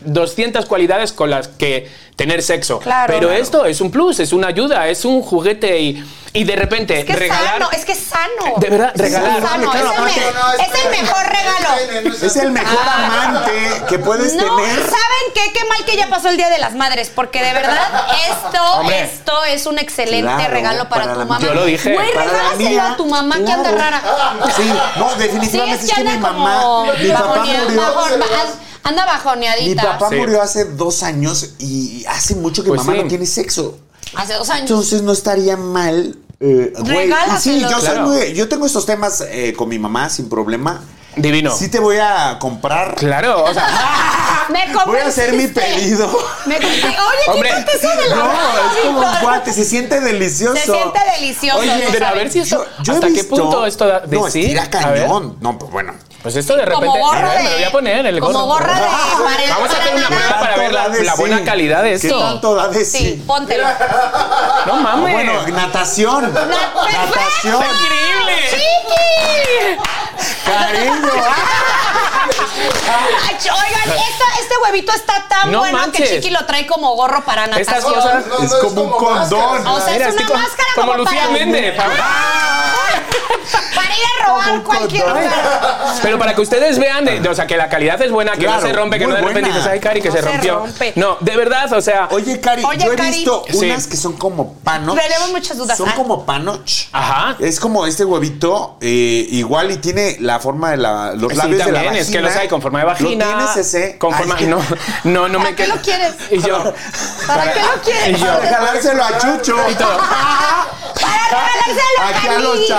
Speaker 3: 1200 cualidades con las que tener sexo.
Speaker 1: Claro.
Speaker 3: Pero
Speaker 1: Claro.
Speaker 3: esto es un plus, es una ayuda, es un juguete y, y de repente
Speaker 1: Es que es
Speaker 3: regalar. Eh,
Speaker 1: sano, es que es sano.
Speaker 3: De verdad,
Speaker 1: Es
Speaker 3: regalar.
Speaker 1: sano,
Speaker 2: Claro,
Speaker 1: es, el
Speaker 2: aparte-
Speaker 1: me- es el mejor regalo.
Speaker 2: Es el mejor amante que puedes
Speaker 1: No,
Speaker 2: tener.
Speaker 1: ¿saben qué? Qué mal que ya pasó el Día de las Madres, porque de verdad esto,
Speaker 3: Hombre.
Speaker 1: esto es un excelente
Speaker 2: Claro,
Speaker 1: regalo para,
Speaker 2: para
Speaker 1: tu
Speaker 2: la-
Speaker 1: mamá.
Speaker 3: Yo lo dije.
Speaker 1: Güey,
Speaker 2: Para la
Speaker 1: regálaselo
Speaker 2: mía,
Speaker 1: a tu mamá que
Speaker 2: claro.
Speaker 1: anda rara.
Speaker 2: Sí, no,
Speaker 1: Sí,
Speaker 2: definitivamente es
Speaker 1: es que
Speaker 2: que mi
Speaker 1: anda
Speaker 2: mamá,
Speaker 1: como
Speaker 2: mi papá
Speaker 1: bajonea-
Speaker 2: murió.
Speaker 1: bajón- ba- anda
Speaker 2: Mi
Speaker 1: bajoneadita.
Speaker 2: papá
Speaker 3: Sí.
Speaker 2: murió hace dos años y hace mucho que
Speaker 3: Pues
Speaker 2: mamá
Speaker 3: sí.
Speaker 2: no tiene sexo.
Speaker 1: Hace dos años.
Speaker 2: Entonces no estaría mal. eh, güey.
Speaker 1: Regálaselo.
Speaker 2: Sí, yo, soy
Speaker 3: Claro.
Speaker 2: muy- yo tengo estos temas eh, con mi mamá sin problema.
Speaker 3: Divino.
Speaker 2: Sí te voy a comprar.
Speaker 3: Claro, o sea,
Speaker 1: Ah, me
Speaker 2: Voy a hacer mi pedido.
Speaker 1: Me compré- Oye,
Speaker 3: Hombre.
Speaker 1: quítate eso de la
Speaker 2: No,
Speaker 1: boca,
Speaker 2: es como un
Speaker 1: Víctor.
Speaker 2: guate, se siente delicioso.
Speaker 1: Se siente delicioso,
Speaker 2: Oye,
Speaker 1: ¿no
Speaker 2: pero a
Speaker 1: saben?
Speaker 2: ver si esto.
Speaker 3: yo he visto-
Speaker 2: no, estira cañón. No, pues bueno.
Speaker 3: pues esto de repente.
Speaker 1: Como gorra
Speaker 3: Eh,
Speaker 1: de.
Speaker 3: me lo voy a poner el
Speaker 1: como
Speaker 3: gorro.
Speaker 1: gorra de. pared
Speaker 3: Vamos a hacer una
Speaker 1: banana.
Speaker 3: prueba para ver la- la buena calidad de
Speaker 2: ¿Qué
Speaker 3: esto.
Speaker 2: tanto da de sí?
Speaker 1: Sí, póntelo.
Speaker 3: No mames.
Speaker 2: Bueno, natación. natación.
Speaker 3: ¡Está increíble!
Speaker 1: ¡Chiqui!
Speaker 2: Cariño.
Speaker 1: Ay, ch- Oigan, esta- este huevito está tan
Speaker 3: Ah. No
Speaker 1: bueno
Speaker 3: manches.
Speaker 1: que Chiqui lo trae como gorro para
Speaker 3: Estas
Speaker 1: natación.
Speaker 3: cosas-
Speaker 2: es como un condón.
Speaker 1: O sea, es
Speaker 3: estoy
Speaker 1: una
Speaker 3: como-
Speaker 1: máscara
Speaker 3: como,
Speaker 1: como,
Speaker 3: Lucía
Speaker 1: para,
Speaker 3: Méndez.
Speaker 1: para ir a robar
Speaker 2: Como un
Speaker 1: cualquier
Speaker 2: condón.
Speaker 1: lugar.
Speaker 3: Pero para que ustedes vean, de- de- o sea, que la calidad es buena, que
Speaker 2: Claro,
Speaker 3: no se rompe, que
Speaker 2: muy
Speaker 3: no de repente
Speaker 2: buena.
Speaker 3: dices, ay, Cari, que
Speaker 1: No
Speaker 3: se
Speaker 1: se
Speaker 3: rompió.
Speaker 1: rompe.
Speaker 3: No, de verdad, o sea.
Speaker 2: Oye, Cari,
Speaker 1: Oye,
Speaker 2: yo he
Speaker 1: Cari.
Speaker 2: visto
Speaker 3: Sí.
Speaker 2: unas que son como panos.
Speaker 1: Tenemos muchas dudas.
Speaker 2: Son
Speaker 1: Ah.
Speaker 2: como panoch.
Speaker 3: Ajá.
Speaker 2: Es como este huevito, eh, igual y tiene la forma de la, los
Speaker 3: Sí,
Speaker 2: pues, labios de la
Speaker 3: también,
Speaker 2: vagina.
Speaker 3: es que los hay con forma de vagina.
Speaker 2: ¿Lo tienes ese?
Speaker 3: Con
Speaker 2: Ay,
Speaker 3: forma.
Speaker 2: que-
Speaker 3: No, no, no
Speaker 1: ¿Para
Speaker 3: me
Speaker 1: qué
Speaker 3: queda-
Speaker 1: lo quieres?
Speaker 3: Y yo.
Speaker 1: ¿Para qué lo quieres?
Speaker 3: Y yo.
Speaker 2: Para jalárselo a Chucho.
Speaker 3: Y todo.
Speaker 1: Para regalárselo a
Speaker 2: Aquí a los
Speaker 1: Carlitos.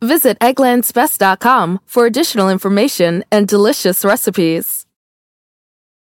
Speaker 6: Visit egglandsbest.com for additional information and delicious recipes.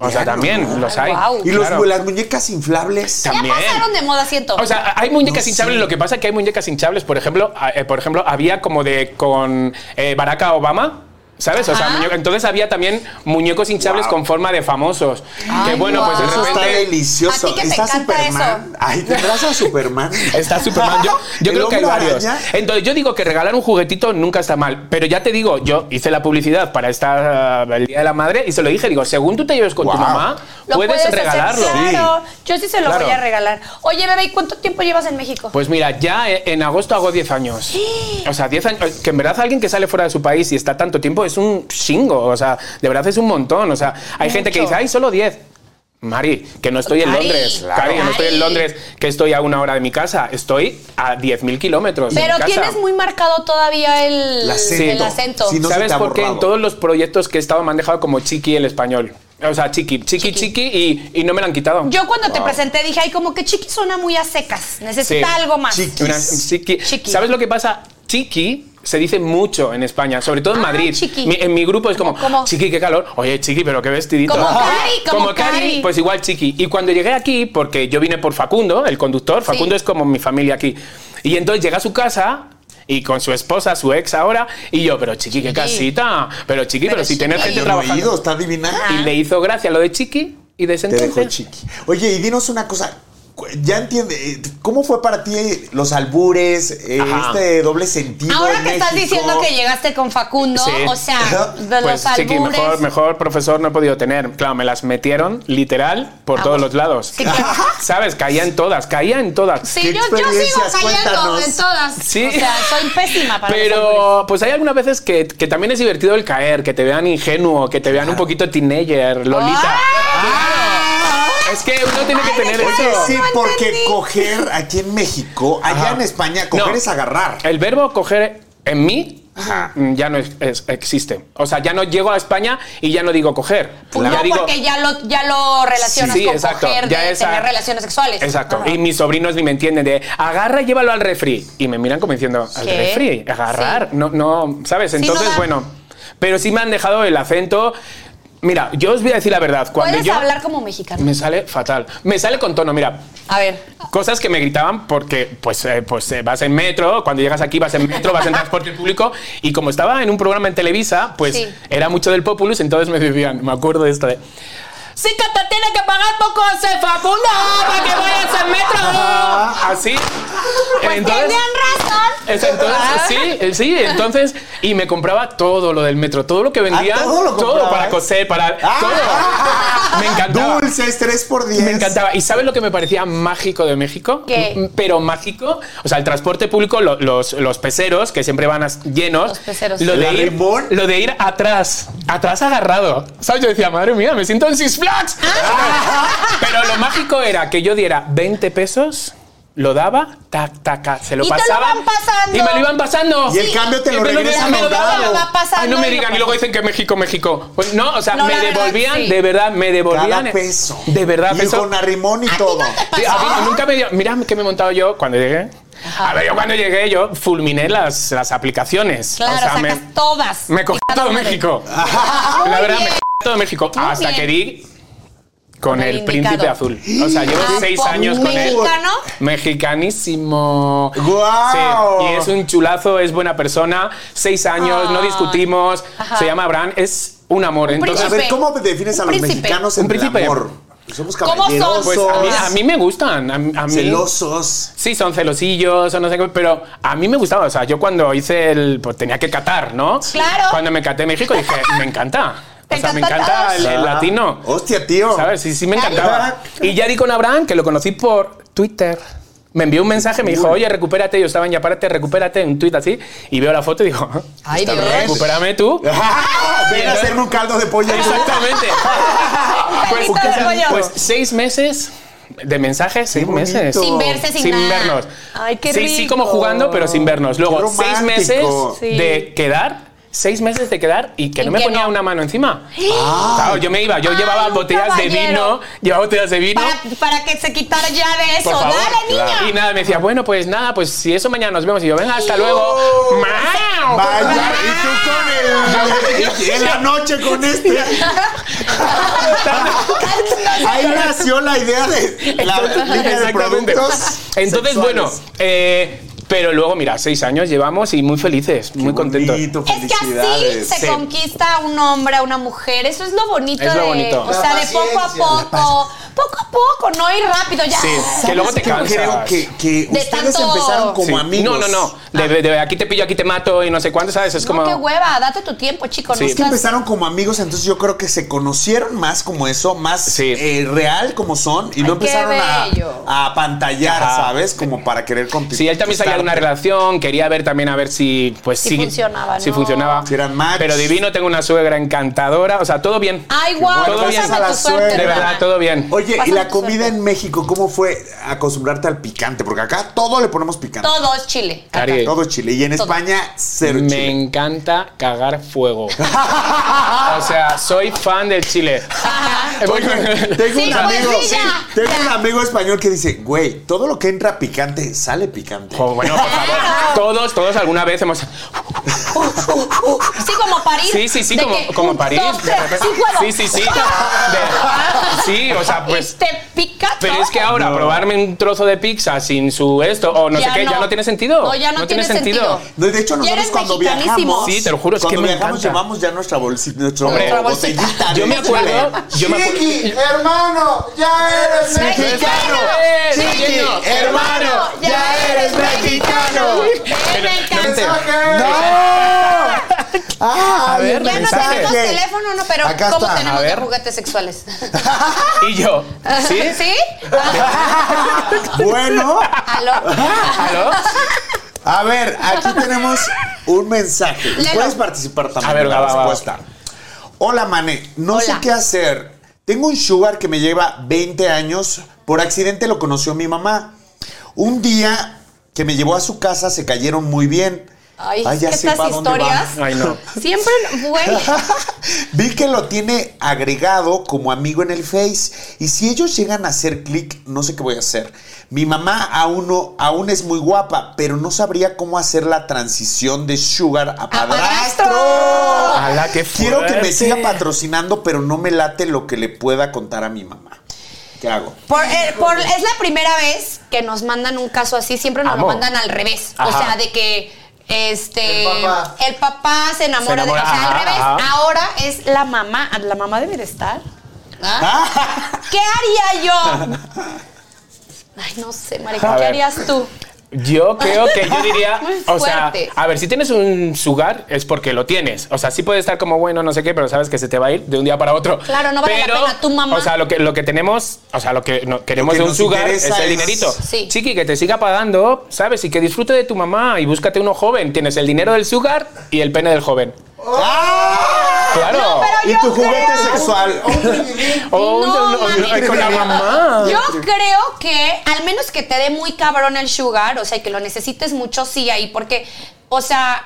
Speaker 3: O sea, también los hay.
Speaker 1: guau.
Speaker 2: Y los-
Speaker 3: Claro.
Speaker 2: las muñecas inflables.
Speaker 1: Ya
Speaker 3: También.
Speaker 1: pasaron de moda, siento.
Speaker 3: O sea, hay muñecas
Speaker 2: No
Speaker 3: hinchables.
Speaker 2: sé.
Speaker 3: Lo que pasa es que hay muñecas hinchables. Por ejemplo, a- eh, por ejemplo había como de con eh, Barack Obama. ¿Sabes? O sea,
Speaker 1: Ajá.
Speaker 3: muñeco- entonces había también muñecos hinchables con forma de famosos. que bueno, pues de
Speaker 1: guau.
Speaker 2: Eso está
Speaker 3: repente.
Speaker 2: delicioso.
Speaker 1: A ti que te
Speaker 2: está
Speaker 1: encanta
Speaker 2: Superman.
Speaker 1: eso.
Speaker 2: Ay, ¿tendrás a Superman?
Speaker 3: Está Superman. Yo, yo
Speaker 2: ¿El
Speaker 3: creo que hay
Speaker 2: hombre
Speaker 3: varios.
Speaker 2: araña?
Speaker 3: Entonces, yo digo que regalar un juguetito nunca está mal. Pero ya te digo, yo hice la publicidad para esta, eh, el Día de la Madre y se lo dije. Digo, según tú te lleves con tu
Speaker 2: Guau.
Speaker 3: mamá,
Speaker 1: Lo
Speaker 3: puedes,
Speaker 1: hacer,
Speaker 3: regalarlo.
Speaker 1: Claro, yo sí se lo
Speaker 3: Claro.
Speaker 1: voy a regalar. Oye, bebé, ¿y cuánto tiempo llevas en México?
Speaker 3: Pues mira, ya eh, en agosto hago 10 años. O sea, 10 años. Que en verdad alguien que sale fuera de su país y está tanto tiempo es un chingo. O sea, de verdad es un montón. O sea, hay gente que
Speaker 1: Mucho.
Speaker 3: dice, ay, solo 10. Mari, que no estoy en
Speaker 1: Mari,
Speaker 3: Londres.
Speaker 1: claro.
Speaker 3: Cari, no estoy
Speaker 1: Mari.
Speaker 3: en Londres, que estoy a una hora de mi casa. Estoy a 10.000 kilómetros. de
Speaker 1: Pero
Speaker 3: mi casa.
Speaker 1: tienes muy marcado todavía el,
Speaker 2: El acento.
Speaker 1: el acento.
Speaker 2: Sí, no se
Speaker 3: ¿Sabes
Speaker 2: te ha
Speaker 3: por qué?
Speaker 2: borrado.
Speaker 3: En todos los proyectos que he estado me han dejado como chiqui el español. O sea, chiqui, chiqui, chiqui, y, y no me lo han quitado.
Speaker 1: Yo cuando te presenté dije, ay, como que Chiqui suena muy a secas. Necesita
Speaker 3: Sí.
Speaker 1: algo más.
Speaker 2: Chiqui.
Speaker 3: Una chiqui.
Speaker 1: Chiqui.
Speaker 3: ¿Sabes lo que pasa? Chiqui se dice mucho en España, sobre todo en
Speaker 1: Ah,
Speaker 3: Madrid.
Speaker 1: chiqui.
Speaker 3: Mi- en mi grupo es como,
Speaker 1: ¿Cómo?
Speaker 3: chiqui, qué calor. Oye, chiqui, pero qué vestidito. Ah,
Speaker 1: Como Cari, como Cari.
Speaker 3: Pues igual chiqui. Y cuando llegué aquí, porque yo vine por Facundo, el conductor, Facundo es como mi familia aquí. Y entonces llegué a su casa. Y con su esposa, su ex ahora, y yo, pero chiqui, qué casita. Pero chiqui, pero,
Speaker 1: Pero
Speaker 3: si tener
Speaker 1: chiqui.
Speaker 3: gente
Speaker 2: Yo no he
Speaker 3: trabajando.
Speaker 2: ido,
Speaker 1: Ah.
Speaker 2: está divina.
Speaker 3: Y le hizo gracia lo de Chiqui y desde
Speaker 2: Te dejó
Speaker 3: entonces
Speaker 2: chiqui. Oye, y dinos una cosa. cu- ya entiende, eh, ¿cómo fue para ti los albures, eh,
Speaker 3: Ajá.
Speaker 2: este doble sentido?
Speaker 1: Ahora
Speaker 2: en
Speaker 1: que estás
Speaker 2: México?
Speaker 1: diciendo que llegaste con Facundo,
Speaker 3: Sí.
Speaker 1: o sea, de
Speaker 3: Pues
Speaker 1: los
Speaker 3: chiqui,
Speaker 1: albures.
Speaker 3: mejor, mejor profesor no he podido tener. Claro, me las metieron literal por
Speaker 1: Ah,
Speaker 3: todos
Speaker 1: bueno.
Speaker 3: los lados.
Speaker 1: Sí, claro.
Speaker 3: ¿Sabes? Caía en todas, caía en todas.
Speaker 1: Sí,
Speaker 2: ¿Qué
Speaker 1: yo, yo sigo
Speaker 2: experiencias?
Speaker 1: cayendo en
Speaker 2: Cuéntanos.
Speaker 1: todas.
Speaker 3: Sí.
Speaker 1: O sea, soy pésima para los albures.
Speaker 3: Pero pues hay algunas veces que, que también es divertido el caer, que te vean ingenuo, que te vean un poquito teenager, Lolita. Claro. Es que uno tiene que
Speaker 1: ¡Ah! Ay,
Speaker 3: tener
Speaker 1: ¿de qué
Speaker 3: eso.
Speaker 1: hablas?
Speaker 2: Sí,
Speaker 1: No
Speaker 2: porque
Speaker 1: entendí.
Speaker 2: coger aquí en México, allá
Speaker 3: Ajá.
Speaker 2: en España, coger
Speaker 3: No.
Speaker 2: es agarrar.
Speaker 3: El verbo coger en mí
Speaker 2: Ajá.
Speaker 3: mm, ya no es- es- existe. O sea, ya no llego a España y ya no digo coger.
Speaker 1: Pues
Speaker 3: ya
Speaker 1: no,
Speaker 3: digo,
Speaker 1: porque ya lo, ya lo relacionas con coger, de
Speaker 3: esa-
Speaker 1: tener relaciones sexuales.
Speaker 3: Exacto.
Speaker 1: Ajá.
Speaker 3: Y mis sobrinos ni me entienden de agarra y llévalo al refri. Y me miran como diciendo, al
Speaker 1: ¿Qué?
Speaker 3: refri, agarrar.
Speaker 1: Sí.
Speaker 3: No, no, ¿sabes?
Speaker 1: no
Speaker 3: Entonces,
Speaker 1: da.
Speaker 3: bueno. Pero sí me han dejado el acento. Mira, yo os voy a decir la verdad. Cuando
Speaker 1: Puedes
Speaker 3: yo
Speaker 1: hablar como mexicano.
Speaker 3: me sale fatal. Me sale con tono, mira.
Speaker 1: A ver.
Speaker 3: Cosas que me gritaban porque pues, eh, pues eh, vas en metro, cuando llegas aquí vas en metro, vas en transporte público y como estaba en un programa en Televisa, pues
Speaker 1: Sí.
Speaker 3: era mucho del Populus, entonces me decían, me acuerdo de esto de... Sí que te tiene que pagar poco se Facundo para que vayas en metro. Pues Así. Ah, Entonces,
Speaker 1: Tenían razón.
Speaker 3: es- entonces, sí, eh, sí, entonces, y me compraba todo lo del metro, todo lo que vendía,
Speaker 2: Ah, todo lo comprabas? Ah.
Speaker 3: para coser, para todo. Me encantaba.
Speaker 2: Dulces, 3 por 10
Speaker 3: Me encantaba. ¿Y sabes lo que me parecía mágico de México?
Speaker 1: ¿Qué?
Speaker 3: M- Pero mágico. O sea, el transporte público, lo- los, los peceros, que siempre van as- llenos.
Speaker 1: Los peceros.
Speaker 3: Lo
Speaker 2: ¿La
Speaker 3: de, ir,
Speaker 2: Rimbón?
Speaker 3: lo de ir atrás. Atrás agarrado. ¿Sabes? Yo decía, madre mía, me siento en Six Flags.
Speaker 1: Ah.
Speaker 3: Pero lo mágico era que yo diera 20 pesos. Lo daba, tac, tac, tac, se lo
Speaker 1: Y te lo
Speaker 3: pasaba.
Speaker 1: van pasando.
Speaker 3: Y me lo iban pasando.
Speaker 2: Y el cambio te lo
Speaker 3: me
Speaker 2: regresan
Speaker 3: me lo
Speaker 2: ahogado.
Speaker 3: daban.
Speaker 1: Va pasando
Speaker 3: Ay, no
Speaker 1: y
Speaker 3: me
Speaker 1: lo
Speaker 3: digan. Y
Speaker 1: pasas.
Speaker 3: luego dicen que México, México. Pues no, o sea,
Speaker 1: No,
Speaker 3: me
Speaker 1: la verdad,
Speaker 3: devolvían,
Speaker 1: sí.
Speaker 3: de verdad, me devolvían.
Speaker 2: Cada peso.
Speaker 3: De verdad,
Speaker 2: Y
Speaker 3: peso.
Speaker 2: con arrimón y
Speaker 1: ¿A ti
Speaker 2: todo.
Speaker 1: no te
Speaker 3: Sí, a mí
Speaker 1: pasó?
Speaker 3: nunca me dio. Mira que me he montado yo cuando llegué. A ver, yo cuando llegué, yo fulminé las, las aplicaciones.
Speaker 1: Claro,
Speaker 3: O sea, me-
Speaker 1: sacas todas.
Speaker 3: me cogió
Speaker 1: Y cada
Speaker 3: todo
Speaker 1: una de-
Speaker 3: México. La
Speaker 1: Muy
Speaker 3: verdad, me
Speaker 1: bien.
Speaker 3: cogió todo México.
Speaker 1: Muy
Speaker 3: Hasta
Speaker 1: bien.
Speaker 3: que di con
Speaker 1: Con el
Speaker 3: el príncipe
Speaker 1: indicado.
Speaker 3: azul. O sea, llevo
Speaker 1: Ah,
Speaker 3: seis
Speaker 1: por
Speaker 3: años con él.
Speaker 1: ¿Mexicano?
Speaker 3: Mexicanísimo.
Speaker 2: ¡Guau!
Speaker 3: Sí, Y es un chulazo, es buena persona. Seis años, no
Speaker 1: Ay.
Speaker 3: discutimos.
Speaker 1: Ajá.
Speaker 3: Se llama Abraham, es un amor. Entonces,
Speaker 2: A ver, ¿cómo defines a los
Speaker 1: príncipe.
Speaker 2: mexicanos en
Speaker 3: Un príncipe.
Speaker 2: el amor? Somos
Speaker 1: ¿Cómo son?
Speaker 2: caballerosos,
Speaker 3: pues a mí, a mí me gustan. A, a mí,
Speaker 2: celosos.
Speaker 3: Sí, son celosillos o no sé qué, pero a mí me gustaba. O sea, yo cuando hice el. Pues tenía que catar, ¿no?
Speaker 1: Claro.
Speaker 3: Cuando me caté en México dije, me encanta. O
Speaker 1: Te Ah.
Speaker 3: sea, me
Speaker 1: encantan
Speaker 3: encanta
Speaker 1: todos.
Speaker 3: el, el latino.
Speaker 2: Hostia, tío.
Speaker 3: ¿Sabes? Sí, sí, me
Speaker 1: Claro.
Speaker 3: encantaba. Y ya di con Abraham, que lo conocí por Twitter. Me envió un mensaje, me dijo, oye, recupérate. Yo estaba en Yapárate, recupérate, un tweet así. Y veo la foto y digo, "Ah,
Speaker 1: Ay, Dios.
Speaker 3: recupérame tú.
Speaker 2: Ah, Ven a hacerme un caldo de pollo.
Speaker 3: Exactamente.
Speaker 1: Perrito de pollo.
Speaker 3: pues, seis meses de mensajes, seis
Speaker 2: bonito.
Speaker 3: meses.
Speaker 1: Sin verse, sin, nada.
Speaker 3: vernos.
Speaker 1: Ay, qué
Speaker 3: sí,
Speaker 1: rico.
Speaker 3: sí, como jugando, pero sin vernos. Luego,
Speaker 2: Qué
Speaker 3: seis meses
Speaker 2: romántico.
Speaker 3: de quedar. Seis meses de quedar y que
Speaker 1: Y
Speaker 3: no me
Speaker 1: que
Speaker 3: ponía
Speaker 1: no.
Speaker 3: una mano encima. Claro, yo me iba, yo
Speaker 1: Ay,
Speaker 3: llevaba
Speaker 1: un
Speaker 3: botellas de
Speaker 1: caballero.
Speaker 3: vino, llevaba botellas de vino.
Speaker 1: Para, para que se quitara ya de eso.
Speaker 3: Por favor.
Speaker 1: Dale, niña.
Speaker 3: Y nada, me decía, bueno, pues nada, pues si eso mañana nos vemos. Y yo, venga, hasta luego. ¡Mau!
Speaker 2: Vaya, y tú con el. En la noche con este. Ahí nació la idea de la línea de
Speaker 3: Exactamente.
Speaker 2: productos.
Speaker 3: Entonces, bueno, eh, pero luego, mira, seis años llevamos y muy felices, muy contentos.
Speaker 1: Es que así se
Speaker 3: Sí.
Speaker 1: conquista a un hombre, a una mujer. Eso es lo bonito.
Speaker 3: Es lo
Speaker 1: de,
Speaker 3: bonito.
Speaker 1: O sea,
Speaker 4: La
Speaker 1: de poco a
Speaker 4: paciencia.
Speaker 1: poco. Poco a poco, no ir rápido. Ya.
Speaker 3: Sí, que luego te cansas.
Speaker 2: Creo que, que
Speaker 1: De
Speaker 2: ustedes
Speaker 1: tanto-
Speaker 2: empezaron como
Speaker 3: Sí.
Speaker 2: amigos.
Speaker 3: No, no, no. De, de aquí te pillo, aquí te mato y no sé cuánto, ¿sabes? Es
Speaker 1: No,
Speaker 3: como.
Speaker 1: qué hueva. Date tu tiempo, chico.
Speaker 3: Sí.
Speaker 1: No
Speaker 3: Es
Speaker 2: que
Speaker 1: estás-
Speaker 2: empezaron como amigos, entonces yo creo que se conocieron más como eso, más
Speaker 3: Sí.
Speaker 2: eh, real como son, y no
Speaker 1: Ay, qué
Speaker 2: empezaron
Speaker 1: bello.
Speaker 2: a, a pantallar,
Speaker 3: Ajá.
Speaker 2: ¿sabes? Como para querer conquistar.
Speaker 3: Sí, él también salía de una relación, quería ver también a ver si pues
Speaker 1: Si
Speaker 3: sí-
Speaker 1: funcionaba,
Speaker 3: si
Speaker 1: ¿no?
Speaker 3: funcionaba.
Speaker 2: Si eran match.
Speaker 3: Pero divino, tengo una suegra encantadora, o sea, todo bien.
Speaker 1: Ay, guau.
Speaker 3: Todo
Speaker 1: Todo
Speaker 3: bien.
Speaker 1: bien.
Speaker 2: A
Speaker 1: Tu
Speaker 2: la
Speaker 1: suerte,
Speaker 2: suerte.
Speaker 3: de verdad,
Speaker 1: hermana.
Speaker 3: todo bien.
Speaker 2: Oye, ¿y
Speaker 1: Pásame
Speaker 2: la
Speaker 1: tu
Speaker 2: comida
Speaker 1: suerte.
Speaker 2: en México cómo fue acostumbrarte al picante? Porque acá todo le ponemos picante.
Speaker 1: Todo es chile.
Speaker 3: Cari,
Speaker 2: Todo chile. Y en
Speaker 1: Todo.
Speaker 2: España, cero
Speaker 3: me
Speaker 2: chile.
Speaker 3: encanta cagar fuego. o sea, soy fan del chile.
Speaker 2: Oye, tengo,
Speaker 1: Sí,
Speaker 2: un
Speaker 1: pues
Speaker 2: amigo,
Speaker 1: sí, ya.
Speaker 2: tengo un amigo español que dice, güey, todo lo que entra picante sale picante.
Speaker 3: Jo, bueno, por
Speaker 1: Ah,
Speaker 3: favor. Todos, todos alguna vez hemos.
Speaker 1: Sí, como París.
Speaker 3: Sí, sí, sí,
Speaker 1: de
Speaker 3: como,
Speaker 1: que
Speaker 3: como
Speaker 1: un,
Speaker 3: París.
Speaker 1: dos,
Speaker 3: de
Speaker 1: tres,
Speaker 3: repente-
Speaker 1: sí, puedo. Ah,
Speaker 3: sí, sí, sí. De- sí, o sea,
Speaker 1: Y
Speaker 3: pues.
Speaker 1: te pica
Speaker 3: Pero
Speaker 1: todo.
Speaker 3: es que ahora probarme un trozo de pizza sin su esto o no
Speaker 1: Ya
Speaker 3: sé qué, ya
Speaker 1: no.
Speaker 3: no tiene sentido.
Speaker 1: No, ya no tiene sentido.
Speaker 2: No, De hecho,
Speaker 1: Ya
Speaker 2: nosotros
Speaker 1: eres
Speaker 2: cuando
Speaker 1: mexicanísimo.
Speaker 2: viajamos.
Speaker 3: Sí, te lo juro, es
Speaker 2: cuando
Speaker 3: que me
Speaker 2: viajamos
Speaker 3: encanta.
Speaker 2: llevamos ya nuestra bolsita, nuestro
Speaker 3: Hombre,
Speaker 2: nuestra
Speaker 1: bolsita.
Speaker 2: botellita. de
Speaker 3: Yo me
Speaker 2: chile.
Speaker 3: acuerdo, yo me acuerdo.
Speaker 4: Chiqui, hermano, ya eres
Speaker 1: Mexicano.
Speaker 4: mexicano.
Speaker 1: Sí.
Speaker 2: Benny, hermano, ya eres mexicano. ¡No! Ah,
Speaker 3: A ver,
Speaker 1: Ya no
Speaker 3: mensaje.
Speaker 1: tenemos teléfono, no, pero
Speaker 2: Acá
Speaker 1: ¿cómo
Speaker 2: está, a
Speaker 1: tenemos de
Speaker 3: ver.
Speaker 1: juguetes sexuales?
Speaker 3: Y yo, ¿sí?
Speaker 1: ¿Sí?
Speaker 2: Bueno,
Speaker 1: ¿Aló?
Speaker 3: ¿Aló?
Speaker 2: a ver, aquí tenemos un mensaje.
Speaker 1: Léelo.
Speaker 2: Puedes participar también
Speaker 3: A ver,
Speaker 2: en la
Speaker 3: va, va, va.
Speaker 2: respuesta. Hola, Mané. No sé
Speaker 1: Hola.
Speaker 2: qué hacer. Tengo un sugar que me lleva 20 años. Por accidente lo conoció mi mamá. Un día que me llevó a su casa se cayeron muy bien.
Speaker 1: Ay,
Speaker 2: Ay, ya
Speaker 1: es que
Speaker 2: sé
Speaker 1: estas
Speaker 2: pa' dónde va.
Speaker 1: historias
Speaker 3: Ay, no.
Speaker 1: siempre, güey.
Speaker 2: Vi que lo tiene agregado como amigo en el Face. Y si ellos llegan a hacer clic, no sé qué voy a hacer. Mi mamá aún, no- aún es muy guapa, pero no sabría cómo hacer la transición de Sugar a
Speaker 1: padrastro!
Speaker 2: padrastro.
Speaker 3: ¡Hala, qué
Speaker 2: Quiero que me
Speaker 3: fuerte!
Speaker 2: siga patrocinando, pero no me late lo que le pueda contar a mi mamá. ¿Qué hago?
Speaker 1: Por- eh, por- es la primera vez que nos mandan un caso así, siempre nos lo
Speaker 3: Amo.
Speaker 1: mandan al revés.
Speaker 3: Ajá.
Speaker 1: O sea, de que este
Speaker 4: El papá.
Speaker 1: el papá se enamora,
Speaker 3: Se enamora,
Speaker 1: de, o sea,
Speaker 3: ajá,
Speaker 1: al revés.
Speaker 3: ajá.
Speaker 1: Ahora es la mamá, la mamá debe de estar. ¿Ah?
Speaker 2: Ah,
Speaker 1: ¿Qué haría yo? Ay, no sé, Marica,
Speaker 3: A
Speaker 1: ¿qué
Speaker 3: ver.
Speaker 1: harías tú?
Speaker 3: Yo creo que yo diría,
Speaker 1: Muy
Speaker 3: o sea,
Speaker 1: fuerte.
Speaker 3: a ver, si tienes un sugar es porque lo tienes. O sea, sí puede estar como bueno, no sé qué, pero sabes que se te va a ir de un día para otro.
Speaker 1: Claro, no vale la
Speaker 3: pero,
Speaker 1: pena, tu mamá.
Speaker 3: O sea, lo que, lo que tenemos, o sea, lo que no-
Speaker 2: Lo
Speaker 3: queremos
Speaker 2: que
Speaker 3: de un
Speaker 2: nos
Speaker 3: sugar es
Speaker 2: interesa
Speaker 3: el
Speaker 2: es-
Speaker 3: dinerito.
Speaker 1: Sí.
Speaker 3: Chiqui, que te siga pagando, ¿sabes? Y que disfrute de tu mamá y búscate uno joven. Tienes el dinero del sugar y el pene del joven. Claro.
Speaker 2: ¡Ah! y tu juguete sexual.
Speaker 3: O un-
Speaker 1: No,
Speaker 3: un- un-
Speaker 1: mami.
Speaker 3: con la mamá.
Speaker 1: Yo creo que al menos que te dé muy cabrón el sugar, o sea, y que lo necesites mucho, sí, ahí, porque, o sea,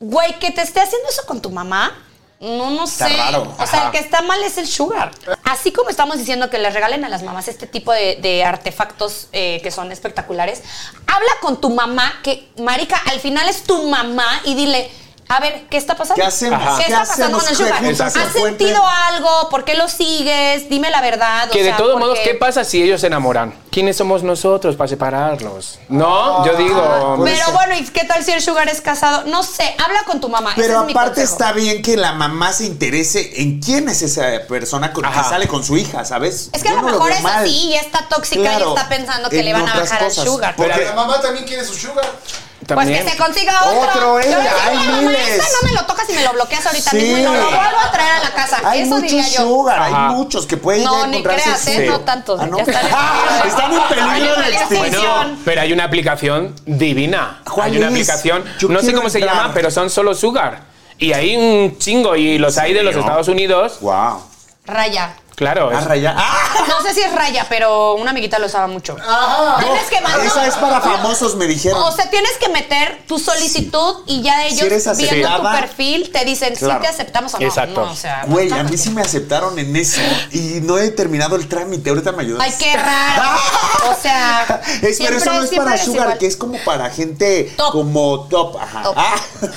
Speaker 1: güey, que te esté haciendo eso con tu mamá, no, no sé.
Speaker 2: raro.
Speaker 1: O sea,
Speaker 2: Ajá.
Speaker 1: el que está mal es el sugar. Así como estamos diciendo que les regalen a las mamás este tipo de, de artefactos eh, que son espectaculares, habla con tu mamá, que, marica, al final es tu mamá, y dile... A ver, ¿qué está pasando?
Speaker 2: ¿Qué hacemos?
Speaker 1: ¿Qué,
Speaker 2: ¿Qué
Speaker 1: está pasando
Speaker 2: hacemos?
Speaker 1: con el sugar?
Speaker 2: ¿Qué juntas
Speaker 1: ¿Has
Speaker 2: al puente?
Speaker 1: sentido algo? ¿Por qué lo sigues? Dime la verdad. o
Speaker 3: Que de
Speaker 1: sea,
Speaker 3: todos
Speaker 1: porque-
Speaker 3: modos, ¿qué pasa si ellos se enamoran? ¿Quiénes somos nosotros para separarlos?
Speaker 1: Ah.
Speaker 3: No, yo digo.
Speaker 2: Puede
Speaker 1: Pero
Speaker 2: ser.
Speaker 1: bueno, ¿y qué tal si el sugar es casado? No sé, habla con tu mamá. ese
Speaker 2: Pero
Speaker 1: es mi
Speaker 2: aparte
Speaker 1: consejo.
Speaker 2: está bien que la mamá se interese en quién es esa persona con
Speaker 3: Ajá.
Speaker 2: que sale con su hija, ¿sabes?
Speaker 1: Es que a
Speaker 2: Yo
Speaker 1: lo
Speaker 2: no
Speaker 1: mejor
Speaker 2: veo
Speaker 1: es
Speaker 2: mal.
Speaker 1: así y está tóxica
Speaker 2: Claro,
Speaker 1: y está pensando que
Speaker 2: en
Speaker 1: le van a
Speaker 2: otras
Speaker 1: bajar
Speaker 2: cosas.
Speaker 1: al sugar.
Speaker 2: Porque
Speaker 4: La mamá también quiere su sugar.
Speaker 1: Pues
Speaker 3: también.
Speaker 1: que se consiga otro.
Speaker 2: Otro,
Speaker 1: Yo le
Speaker 2: ella,
Speaker 1: digo,
Speaker 2: hay
Speaker 1: "Mamá,
Speaker 2: miles".
Speaker 1: ese no me lo tocas y me lo bloqueas ahorita
Speaker 2: Sí.
Speaker 1: mismo y no lo vuelvo a traer a la casa.
Speaker 2: hay
Speaker 1: Eso
Speaker 2: muchos
Speaker 1: diría yo.
Speaker 2: sugar,
Speaker 3: Ajá.
Speaker 2: hay muchos que pueden
Speaker 1: No,
Speaker 2: ya
Speaker 1: ni
Speaker 2: encontrarse
Speaker 1: creas, ¿eh?
Speaker 2: su-
Speaker 1: No tantos,
Speaker 2: Ah, ¿no?
Speaker 1: ya están en
Speaker 2: Están
Speaker 1: peligro de-
Speaker 2: en peligro
Speaker 1: Están en
Speaker 2: de
Speaker 1: peligro de
Speaker 2: extinción.
Speaker 1: extinción.
Speaker 3: No, pero hay una aplicación divina.
Speaker 2: ¿Cuál
Speaker 3: hay una
Speaker 2: es?
Speaker 3: aplicación,
Speaker 2: Yo
Speaker 3: no sé
Speaker 2: quiero
Speaker 3: cómo se
Speaker 2: entrar.
Speaker 3: llama, pero son solo sugar. Y hay un chingo, y los hay de los
Speaker 2: serio?
Speaker 3: Estados Unidos.
Speaker 2: Wow.
Speaker 1: Raya.
Speaker 3: Claro, es-
Speaker 2: Ah, raya- ¡Ah!
Speaker 1: No sé si es raya, pero una amiguita lo usaba mucho. Tienes que mandar-
Speaker 2: Esa es para famosos, me dijeron.
Speaker 1: O sea, tienes que meter tu solicitud y ya ellos
Speaker 2: eres
Speaker 1: viendo tu
Speaker 2: aceptada.
Speaker 1: perfil te dicen si
Speaker 2: Claro.
Speaker 1: te aceptamos o no.
Speaker 3: Exacto.
Speaker 1: No, o sea,
Speaker 2: Güey, a
Speaker 1: no,
Speaker 2: mí
Speaker 1: no.
Speaker 2: sí me aceptaron en eso y no he terminado el trámite. Ahorita me ayudas.
Speaker 1: Ay, qué raro. O sea,
Speaker 2: Es, pero
Speaker 1: siempre-
Speaker 2: eso no es
Speaker 1: siempre
Speaker 2: para sugar,
Speaker 1: igual.
Speaker 2: que es como para gente
Speaker 1: Top.
Speaker 2: como top. Ajá.
Speaker 1: Top.
Speaker 2: Ah.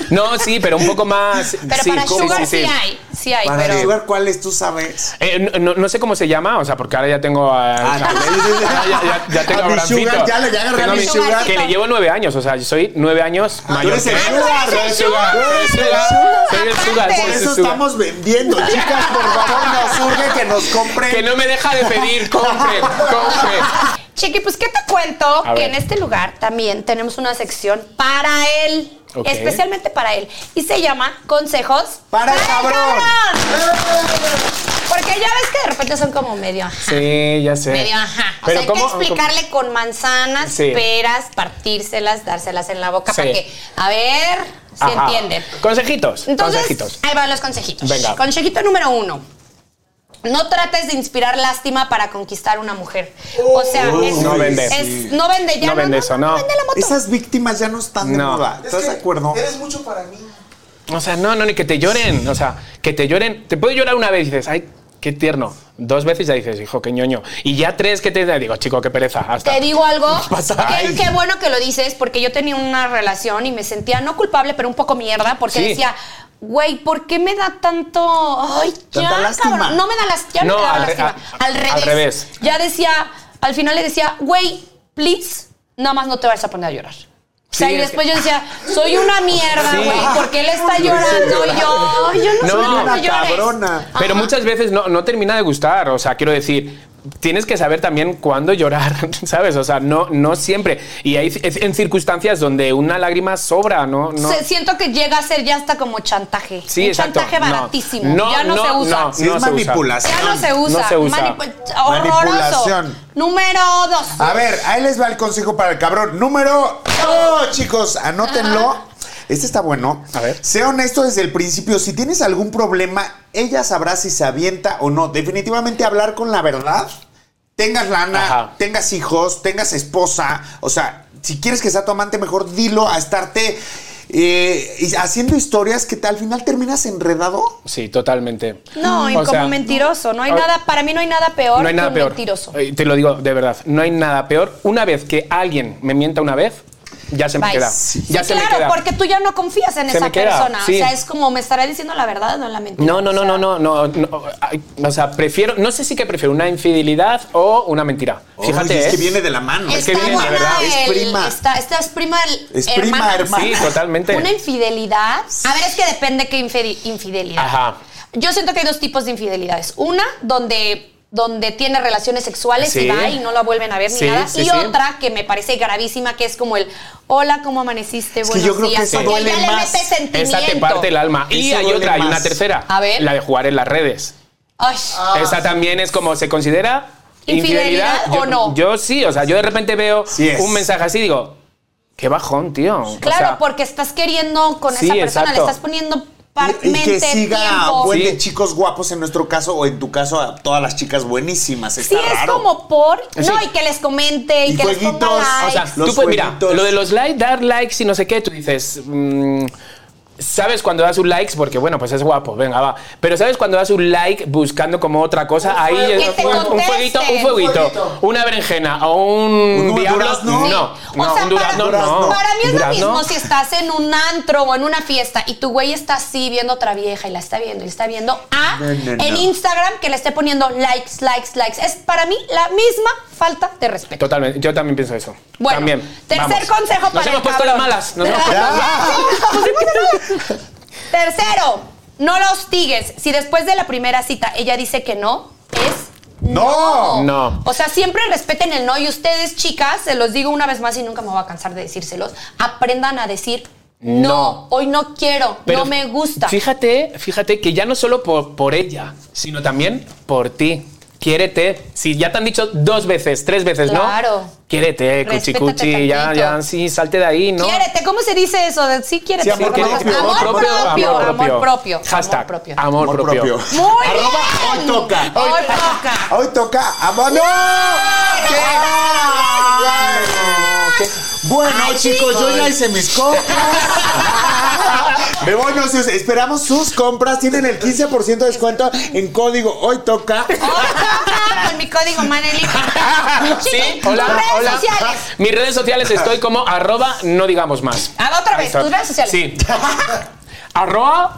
Speaker 3: No, sí, pero un poco más.
Speaker 1: Pero
Speaker 3: sí,
Speaker 1: para
Speaker 3: sí,
Speaker 1: sugar sí,
Speaker 3: sí, sí.
Speaker 1: hay, sí hay,
Speaker 2: para
Speaker 1: pero
Speaker 2: sugar, ¿cuáles tú sabes?
Speaker 3: Eh, no, no sé cómo se llama, o sea, porque ahora ya tengo a.
Speaker 2: Ah,
Speaker 3: ya, ya- ya tengo
Speaker 2: a mi
Speaker 3: Brancito.
Speaker 2: sugar, ya le ya agarré
Speaker 3: Tengo
Speaker 2: a mi sugar.
Speaker 3: Que le llevo nueve años, o sea, yo soy nueve años
Speaker 2: Ah, tú
Speaker 3: mayor.
Speaker 2: eres el
Speaker 3: que él.
Speaker 2: sugar,
Speaker 3: Soy el
Speaker 2: tú eres
Speaker 3: soy
Speaker 2: el
Speaker 3: el
Speaker 2: sugar.
Speaker 3: Soy el sugar,
Speaker 2: Por
Speaker 3: soy el
Speaker 2: eso
Speaker 3: sugar.
Speaker 2: estamos vendiendo, chicas, por favor, nos urge que nos compren.
Speaker 3: Que no me deja de pedir, compre, compre.
Speaker 1: Chiqui, pues qué te cuento
Speaker 3: A
Speaker 1: que
Speaker 3: ver.
Speaker 1: en este lugar también tenemos una sección para él,
Speaker 3: Ok.
Speaker 1: especialmente para él, y se llama Consejos
Speaker 2: Para el cabrón.
Speaker 1: Porque ya ves que de repente son como medio ajá.
Speaker 3: Sí, ya sé.
Speaker 1: Medio ajá. O sea, hay que explicarle con manzanas,
Speaker 3: Sí.
Speaker 1: peras, partírselas, dárselas en la boca
Speaker 3: Sí.
Speaker 1: para que, a ver, si
Speaker 3: Ajá.
Speaker 1: entienden.
Speaker 3: Consejitos.
Speaker 1: Entonces,
Speaker 3: consejitos.
Speaker 1: ahí van los consejitos.
Speaker 3: Venga.
Speaker 1: Consejito número uno. No trates de inspirar lástima para conquistar una mujer. O sea, es-
Speaker 3: Uh, no vende.
Speaker 1: es- no vende ya.
Speaker 3: No vende eso, no.
Speaker 1: vende la moto.
Speaker 2: Esas víctimas ya no están de
Speaker 3: No.
Speaker 2: moda.
Speaker 4: Es
Speaker 2: ¿Estás de
Speaker 4: que
Speaker 2: acuerdo?
Speaker 4: Eres mucho para mí.
Speaker 3: O sea, no, no, ni que te lloren. O sea, que te lloren. Te puede llorar una vez y dices, ay, qué tierno. Dos veces ya dices, hijo, qué ñoño. Y ya tres que te digo, chico, qué pereza. Hasta.
Speaker 1: Te digo algo.
Speaker 3: Pasa.
Speaker 1: Qué,
Speaker 3: Ay.
Speaker 1: qué bueno que lo dices, porque yo tenía una relación y me sentía no culpable, pero un poco mierda, porque
Speaker 3: Sí.
Speaker 1: decía, güey, ¿por qué me da tanto. Ay, ya,
Speaker 2: Tanta lástima.
Speaker 1: cabrón"? No me da las, ya no,
Speaker 3: No,
Speaker 1: me daba
Speaker 3: al re-
Speaker 1: lástima.
Speaker 3: a-
Speaker 1: al revés.
Speaker 3: al revés.
Speaker 1: Ya decía, al final le decía, güey, please, nada más no te vas a poner a llorar. O sea,
Speaker 3: Sí,
Speaker 1: y
Speaker 3: es
Speaker 1: después yo decía, soy una mierda,
Speaker 3: Sí.
Speaker 1: güey, ¿por qué él está llorando? Y yo, yo no,
Speaker 3: No.
Speaker 1: soy
Speaker 3: Soy
Speaker 1: una
Speaker 3: una
Speaker 1: llores.
Speaker 2: cabrona.
Speaker 3: Pero
Speaker 1: Ajá.
Speaker 3: muchas veces no, no termina de gustar. O sea, quiero decir, tienes que saber también cuándo llorar, ¿sabes? O sea, no, no siempre. Y hay c- en circunstancias donde una lágrima sobra, ¿no? no
Speaker 1: Se- siento que llega a ser ya hasta como chantaje.
Speaker 3: Sí,
Speaker 1: Un
Speaker 3: exacto.
Speaker 1: chantaje
Speaker 3: No.
Speaker 1: baratísimo.
Speaker 3: No,
Speaker 1: ya no,
Speaker 3: no,
Speaker 1: se usa.
Speaker 3: no.
Speaker 2: Si es
Speaker 3: se usa.
Speaker 2: manipulación.
Speaker 1: Ya no se usa.
Speaker 3: No se usa.
Speaker 1: Manip- horroroso.
Speaker 2: Manipulación.
Speaker 1: Número dos.
Speaker 3: Ah.
Speaker 2: A ver, ahí les va el consejo para el cabrón. Número dos, chicos, anótenlo. Este está bueno.
Speaker 3: A ver.
Speaker 2: Sea honesto desde el principio. Si tienes algún problema, ella sabrá si se avienta o no. Definitivamente hablar con la verdad. Tengas lana,
Speaker 3: Ajá.
Speaker 2: tengas hijos, tengas esposa. O sea, si quieres que sea tu amante, mejor dilo a estarte eh, y- haciendo historias que te- al final terminas enredado.
Speaker 3: Sí, totalmente.
Speaker 1: No, y
Speaker 3: O
Speaker 1: como
Speaker 3: sea,
Speaker 1: mentiroso. No hay
Speaker 3: o-
Speaker 1: nada, para mí no hay nada peor
Speaker 3: No hay nada
Speaker 1: que
Speaker 3: peor.
Speaker 1: un mentiroso.
Speaker 3: Eh, Te lo digo de verdad. No hay nada peor. Una vez que alguien me mienta una vez, ya se me
Speaker 1: Bye.
Speaker 3: queda.
Speaker 1: Sí,
Speaker 3: Ya se
Speaker 1: claro,
Speaker 3: me queda.
Speaker 1: porque tú ya no confías en
Speaker 3: Se
Speaker 1: esa
Speaker 3: me queda,
Speaker 1: persona.
Speaker 3: sí.
Speaker 1: O sea, es como me estará diciendo la verdad, no la mentira.
Speaker 3: No, no, no, no, no, no, no, ay, O sea, prefiero. No sé si que prefiero una infidelidad o una mentira. Fíjate,
Speaker 2: Oye, es
Speaker 3: ¿eh?
Speaker 2: que viene de la mano.
Speaker 3: Es que
Speaker 1: Está
Speaker 3: viene de
Speaker 1: buena
Speaker 3: verdad,
Speaker 2: Es
Speaker 1: el-
Speaker 2: prima.
Speaker 1: Está, esta es prima el-
Speaker 2: Es prima, hermana.
Speaker 3: Sí, totalmente.
Speaker 1: Una infidelidad. A ver, es que depende qué infide- infidelidad.
Speaker 3: Ajá.
Speaker 1: Yo siento que hay dos tipos de infidelidades. Una, donde donde tiene relaciones sexuales
Speaker 3: Sí.
Speaker 1: y va y no la vuelven a ver
Speaker 3: Sí,
Speaker 1: ni nada.
Speaker 3: sí,
Speaker 1: y
Speaker 3: sí.
Speaker 1: otra que me parece gravísima, que es como el hola, ¿cómo amaneciste?
Speaker 2: Es que
Speaker 1: Buenos
Speaker 2: yo creo que
Speaker 1: días.
Speaker 2: eso
Speaker 1: Porque
Speaker 2: duele
Speaker 1: ya
Speaker 2: más.
Speaker 1: le metes sentimiento.
Speaker 3: Esa te parte el alma. Y
Speaker 2: Ese
Speaker 3: hay
Speaker 2: duele
Speaker 3: otra, hay
Speaker 2: más.
Speaker 3: una tercera.
Speaker 1: A ver.
Speaker 3: La de jugar en las redes.
Speaker 1: Ay.
Speaker 3: Esa también es como se considera
Speaker 1: Ah. ¿Infidelidad
Speaker 3: infidelidad,
Speaker 1: o
Speaker 3: Yo-
Speaker 1: no?
Speaker 3: Yo sí, o sea, yo de repente veo
Speaker 2: Sí es.
Speaker 3: un mensaje así y digo, qué bajón, tío. O
Speaker 1: Claro,
Speaker 3: sea,
Speaker 1: porque estás queriendo con
Speaker 3: Sí,
Speaker 1: esa persona,
Speaker 3: exacto.
Speaker 1: le estás poniendo
Speaker 2: Y- Y
Speaker 1: parmente
Speaker 2: que siga a
Speaker 1: tiempo.
Speaker 2: buen de
Speaker 3: Sí.
Speaker 2: chicos guapos en nuestro caso, o en tu caso, a todas las chicas buenísimas.
Speaker 1: Sí,
Speaker 2: Está
Speaker 1: es
Speaker 2: raro.
Speaker 1: como por. No,
Speaker 3: Sí.
Speaker 1: y que les comente y,
Speaker 2: Y
Speaker 1: que les ponga
Speaker 2: jueguitos,
Speaker 1: likes.
Speaker 3: O sea,
Speaker 2: Los
Speaker 3: tú puedes, mira,
Speaker 2: jueguitos.
Speaker 3: lo de los likes, dar likes y no sé qué, tú dices. mm, Sabes cuando das un likes porque bueno, pues es guapo, venga, va. Pero sabes cuando das un like buscando como otra cosa, ahí
Speaker 4: fuego,
Speaker 3: es-
Speaker 1: Que te
Speaker 3: un, un
Speaker 1: contesten.
Speaker 3: fueguito, un
Speaker 4: Un
Speaker 3: fueguito,
Speaker 4: fueguito.
Speaker 3: una berenjena o un,
Speaker 2: Un
Speaker 3: diablo,
Speaker 2: durazno.
Speaker 3: no,
Speaker 1: Sí.
Speaker 3: no,
Speaker 1: o sea,
Speaker 3: un durazno,
Speaker 1: para,
Speaker 3: no.
Speaker 1: para mí es
Speaker 3: Un
Speaker 1: lo
Speaker 3: durazno.
Speaker 1: mismo si estás en un antro o en una fiesta y tu güey está así viendo otra vieja y la está viendo y la está viendo a
Speaker 2: No, no, no.
Speaker 1: en Instagram que le esté poniendo likes, likes, likes. Es para mí la misma falta de respeto.
Speaker 3: Totalmente, yo también pienso eso.
Speaker 1: Bueno,
Speaker 3: también.
Speaker 1: tercer
Speaker 3: vamos.
Speaker 1: consejo para
Speaker 3: Nos hemos
Speaker 1: el
Speaker 3: puesto
Speaker 1: cabrón. Pues
Speaker 3: las malas. Nos hemos
Speaker 1: Ya.
Speaker 3: puesto las malas.
Speaker 1: Tercero, no la hostigues. Si después de la primera cita ella dice que no, es
Speaker 2: ¡No!
Speaker 3: No.
Speaker 1: O sea, siempre respeten el no y ustedes, chicas, se los digo una vez más y nunca me voy a cansar de decírselos, aprendan a decir no,
Speaker 3: No.
Speaker 1: hoy no quiero,
Speaker 3: Pero
Speaker 1: no me gusta.
Speaker 3: Fíjate, fíjate que ya no solo por, por ella, sino también por ti. Quiérete. Si ya te han dicho dos veces, tres veces, ¿no?
Speaker 1: Claro.
Speaker 3: Quiérete, cuchi
Speaker 1: Respétate
Speaker 3: cuchi, ya,
Speaker 1: tantito.
Speaker 3: ya, sí, salte de ahí, ¿no?
Speaker 1: Quiérete, ¿cómo se dice eso? De- sí, quiérete.
Speaker 2: Sí, amor
Speaker 1: ¿no?
Speaker 2: propio,
Speaker 1: amor,
Speaker 2: amor
Speaker 1: propio,
Speaker 2: propio,
Speaker 1: amor propio.
Speaker 3: Hashtag.
Speaker 1: amor propio.
Speaker 3: Amor,
Speaker 2: Amor
Speaker 3: propio.
Speaker 2: propio.
Speaker 1: Muy
Speaker 2: Arroba,
Speaker 1: bien.
Speaker 2: hoy toca.
Speaker 1: Hoy toca.
Speaker 2: Hoy toca a mano. ¡Qué bárbaro! ¡Qué- Bueno, chicos, yo ya hice mis compras. Me voy, no sé, esperamos sus compras. Tienen el 15% de descuento en código Hoy Toca.
Speaker 1: Hoy toca con mi código Maneli.
Speaker 3: Sí,
Speaker 1: Chiqui,
Speaker 3: hola,
Speaker 1: tus redes
Speaker 3: hola.
Speaker 1: sociales.
Speaker 3: Mis redes sociales estoy como arroba no digamos más.
Speaker 1: A ver, Ah, otra vez, tus redes sociales.
Speaker 3: Sí. arroba.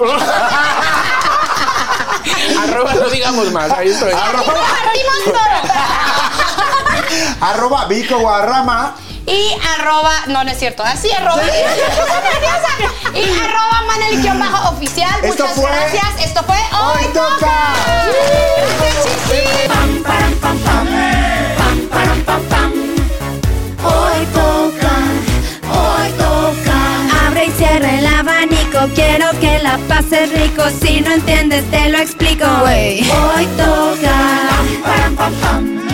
Speaker 3: arroba no digamos más. Ahí estoy.
Speaker 1: Aquí compartimos todo.
Speaker 2: Arroba Vico Guarrama.
Speaker 1: Y arroba, no, no es cierto, así arroba. Estoy nerviosa. y arroba manel oficial.
Speaker 2: Esto
Speaker 1: Muchas
Speaker 2: fue-
Speaker 1: gracias. Esto fue Hoy
Speaker 2: Hoy Toca.
Speaker 5: Hoy toca, hoy toca. Abre y cierra el abanico, quiero que la pases rico. Si no entiendes, te lo explico. Hoy toca. Hoy toca, hoy toca.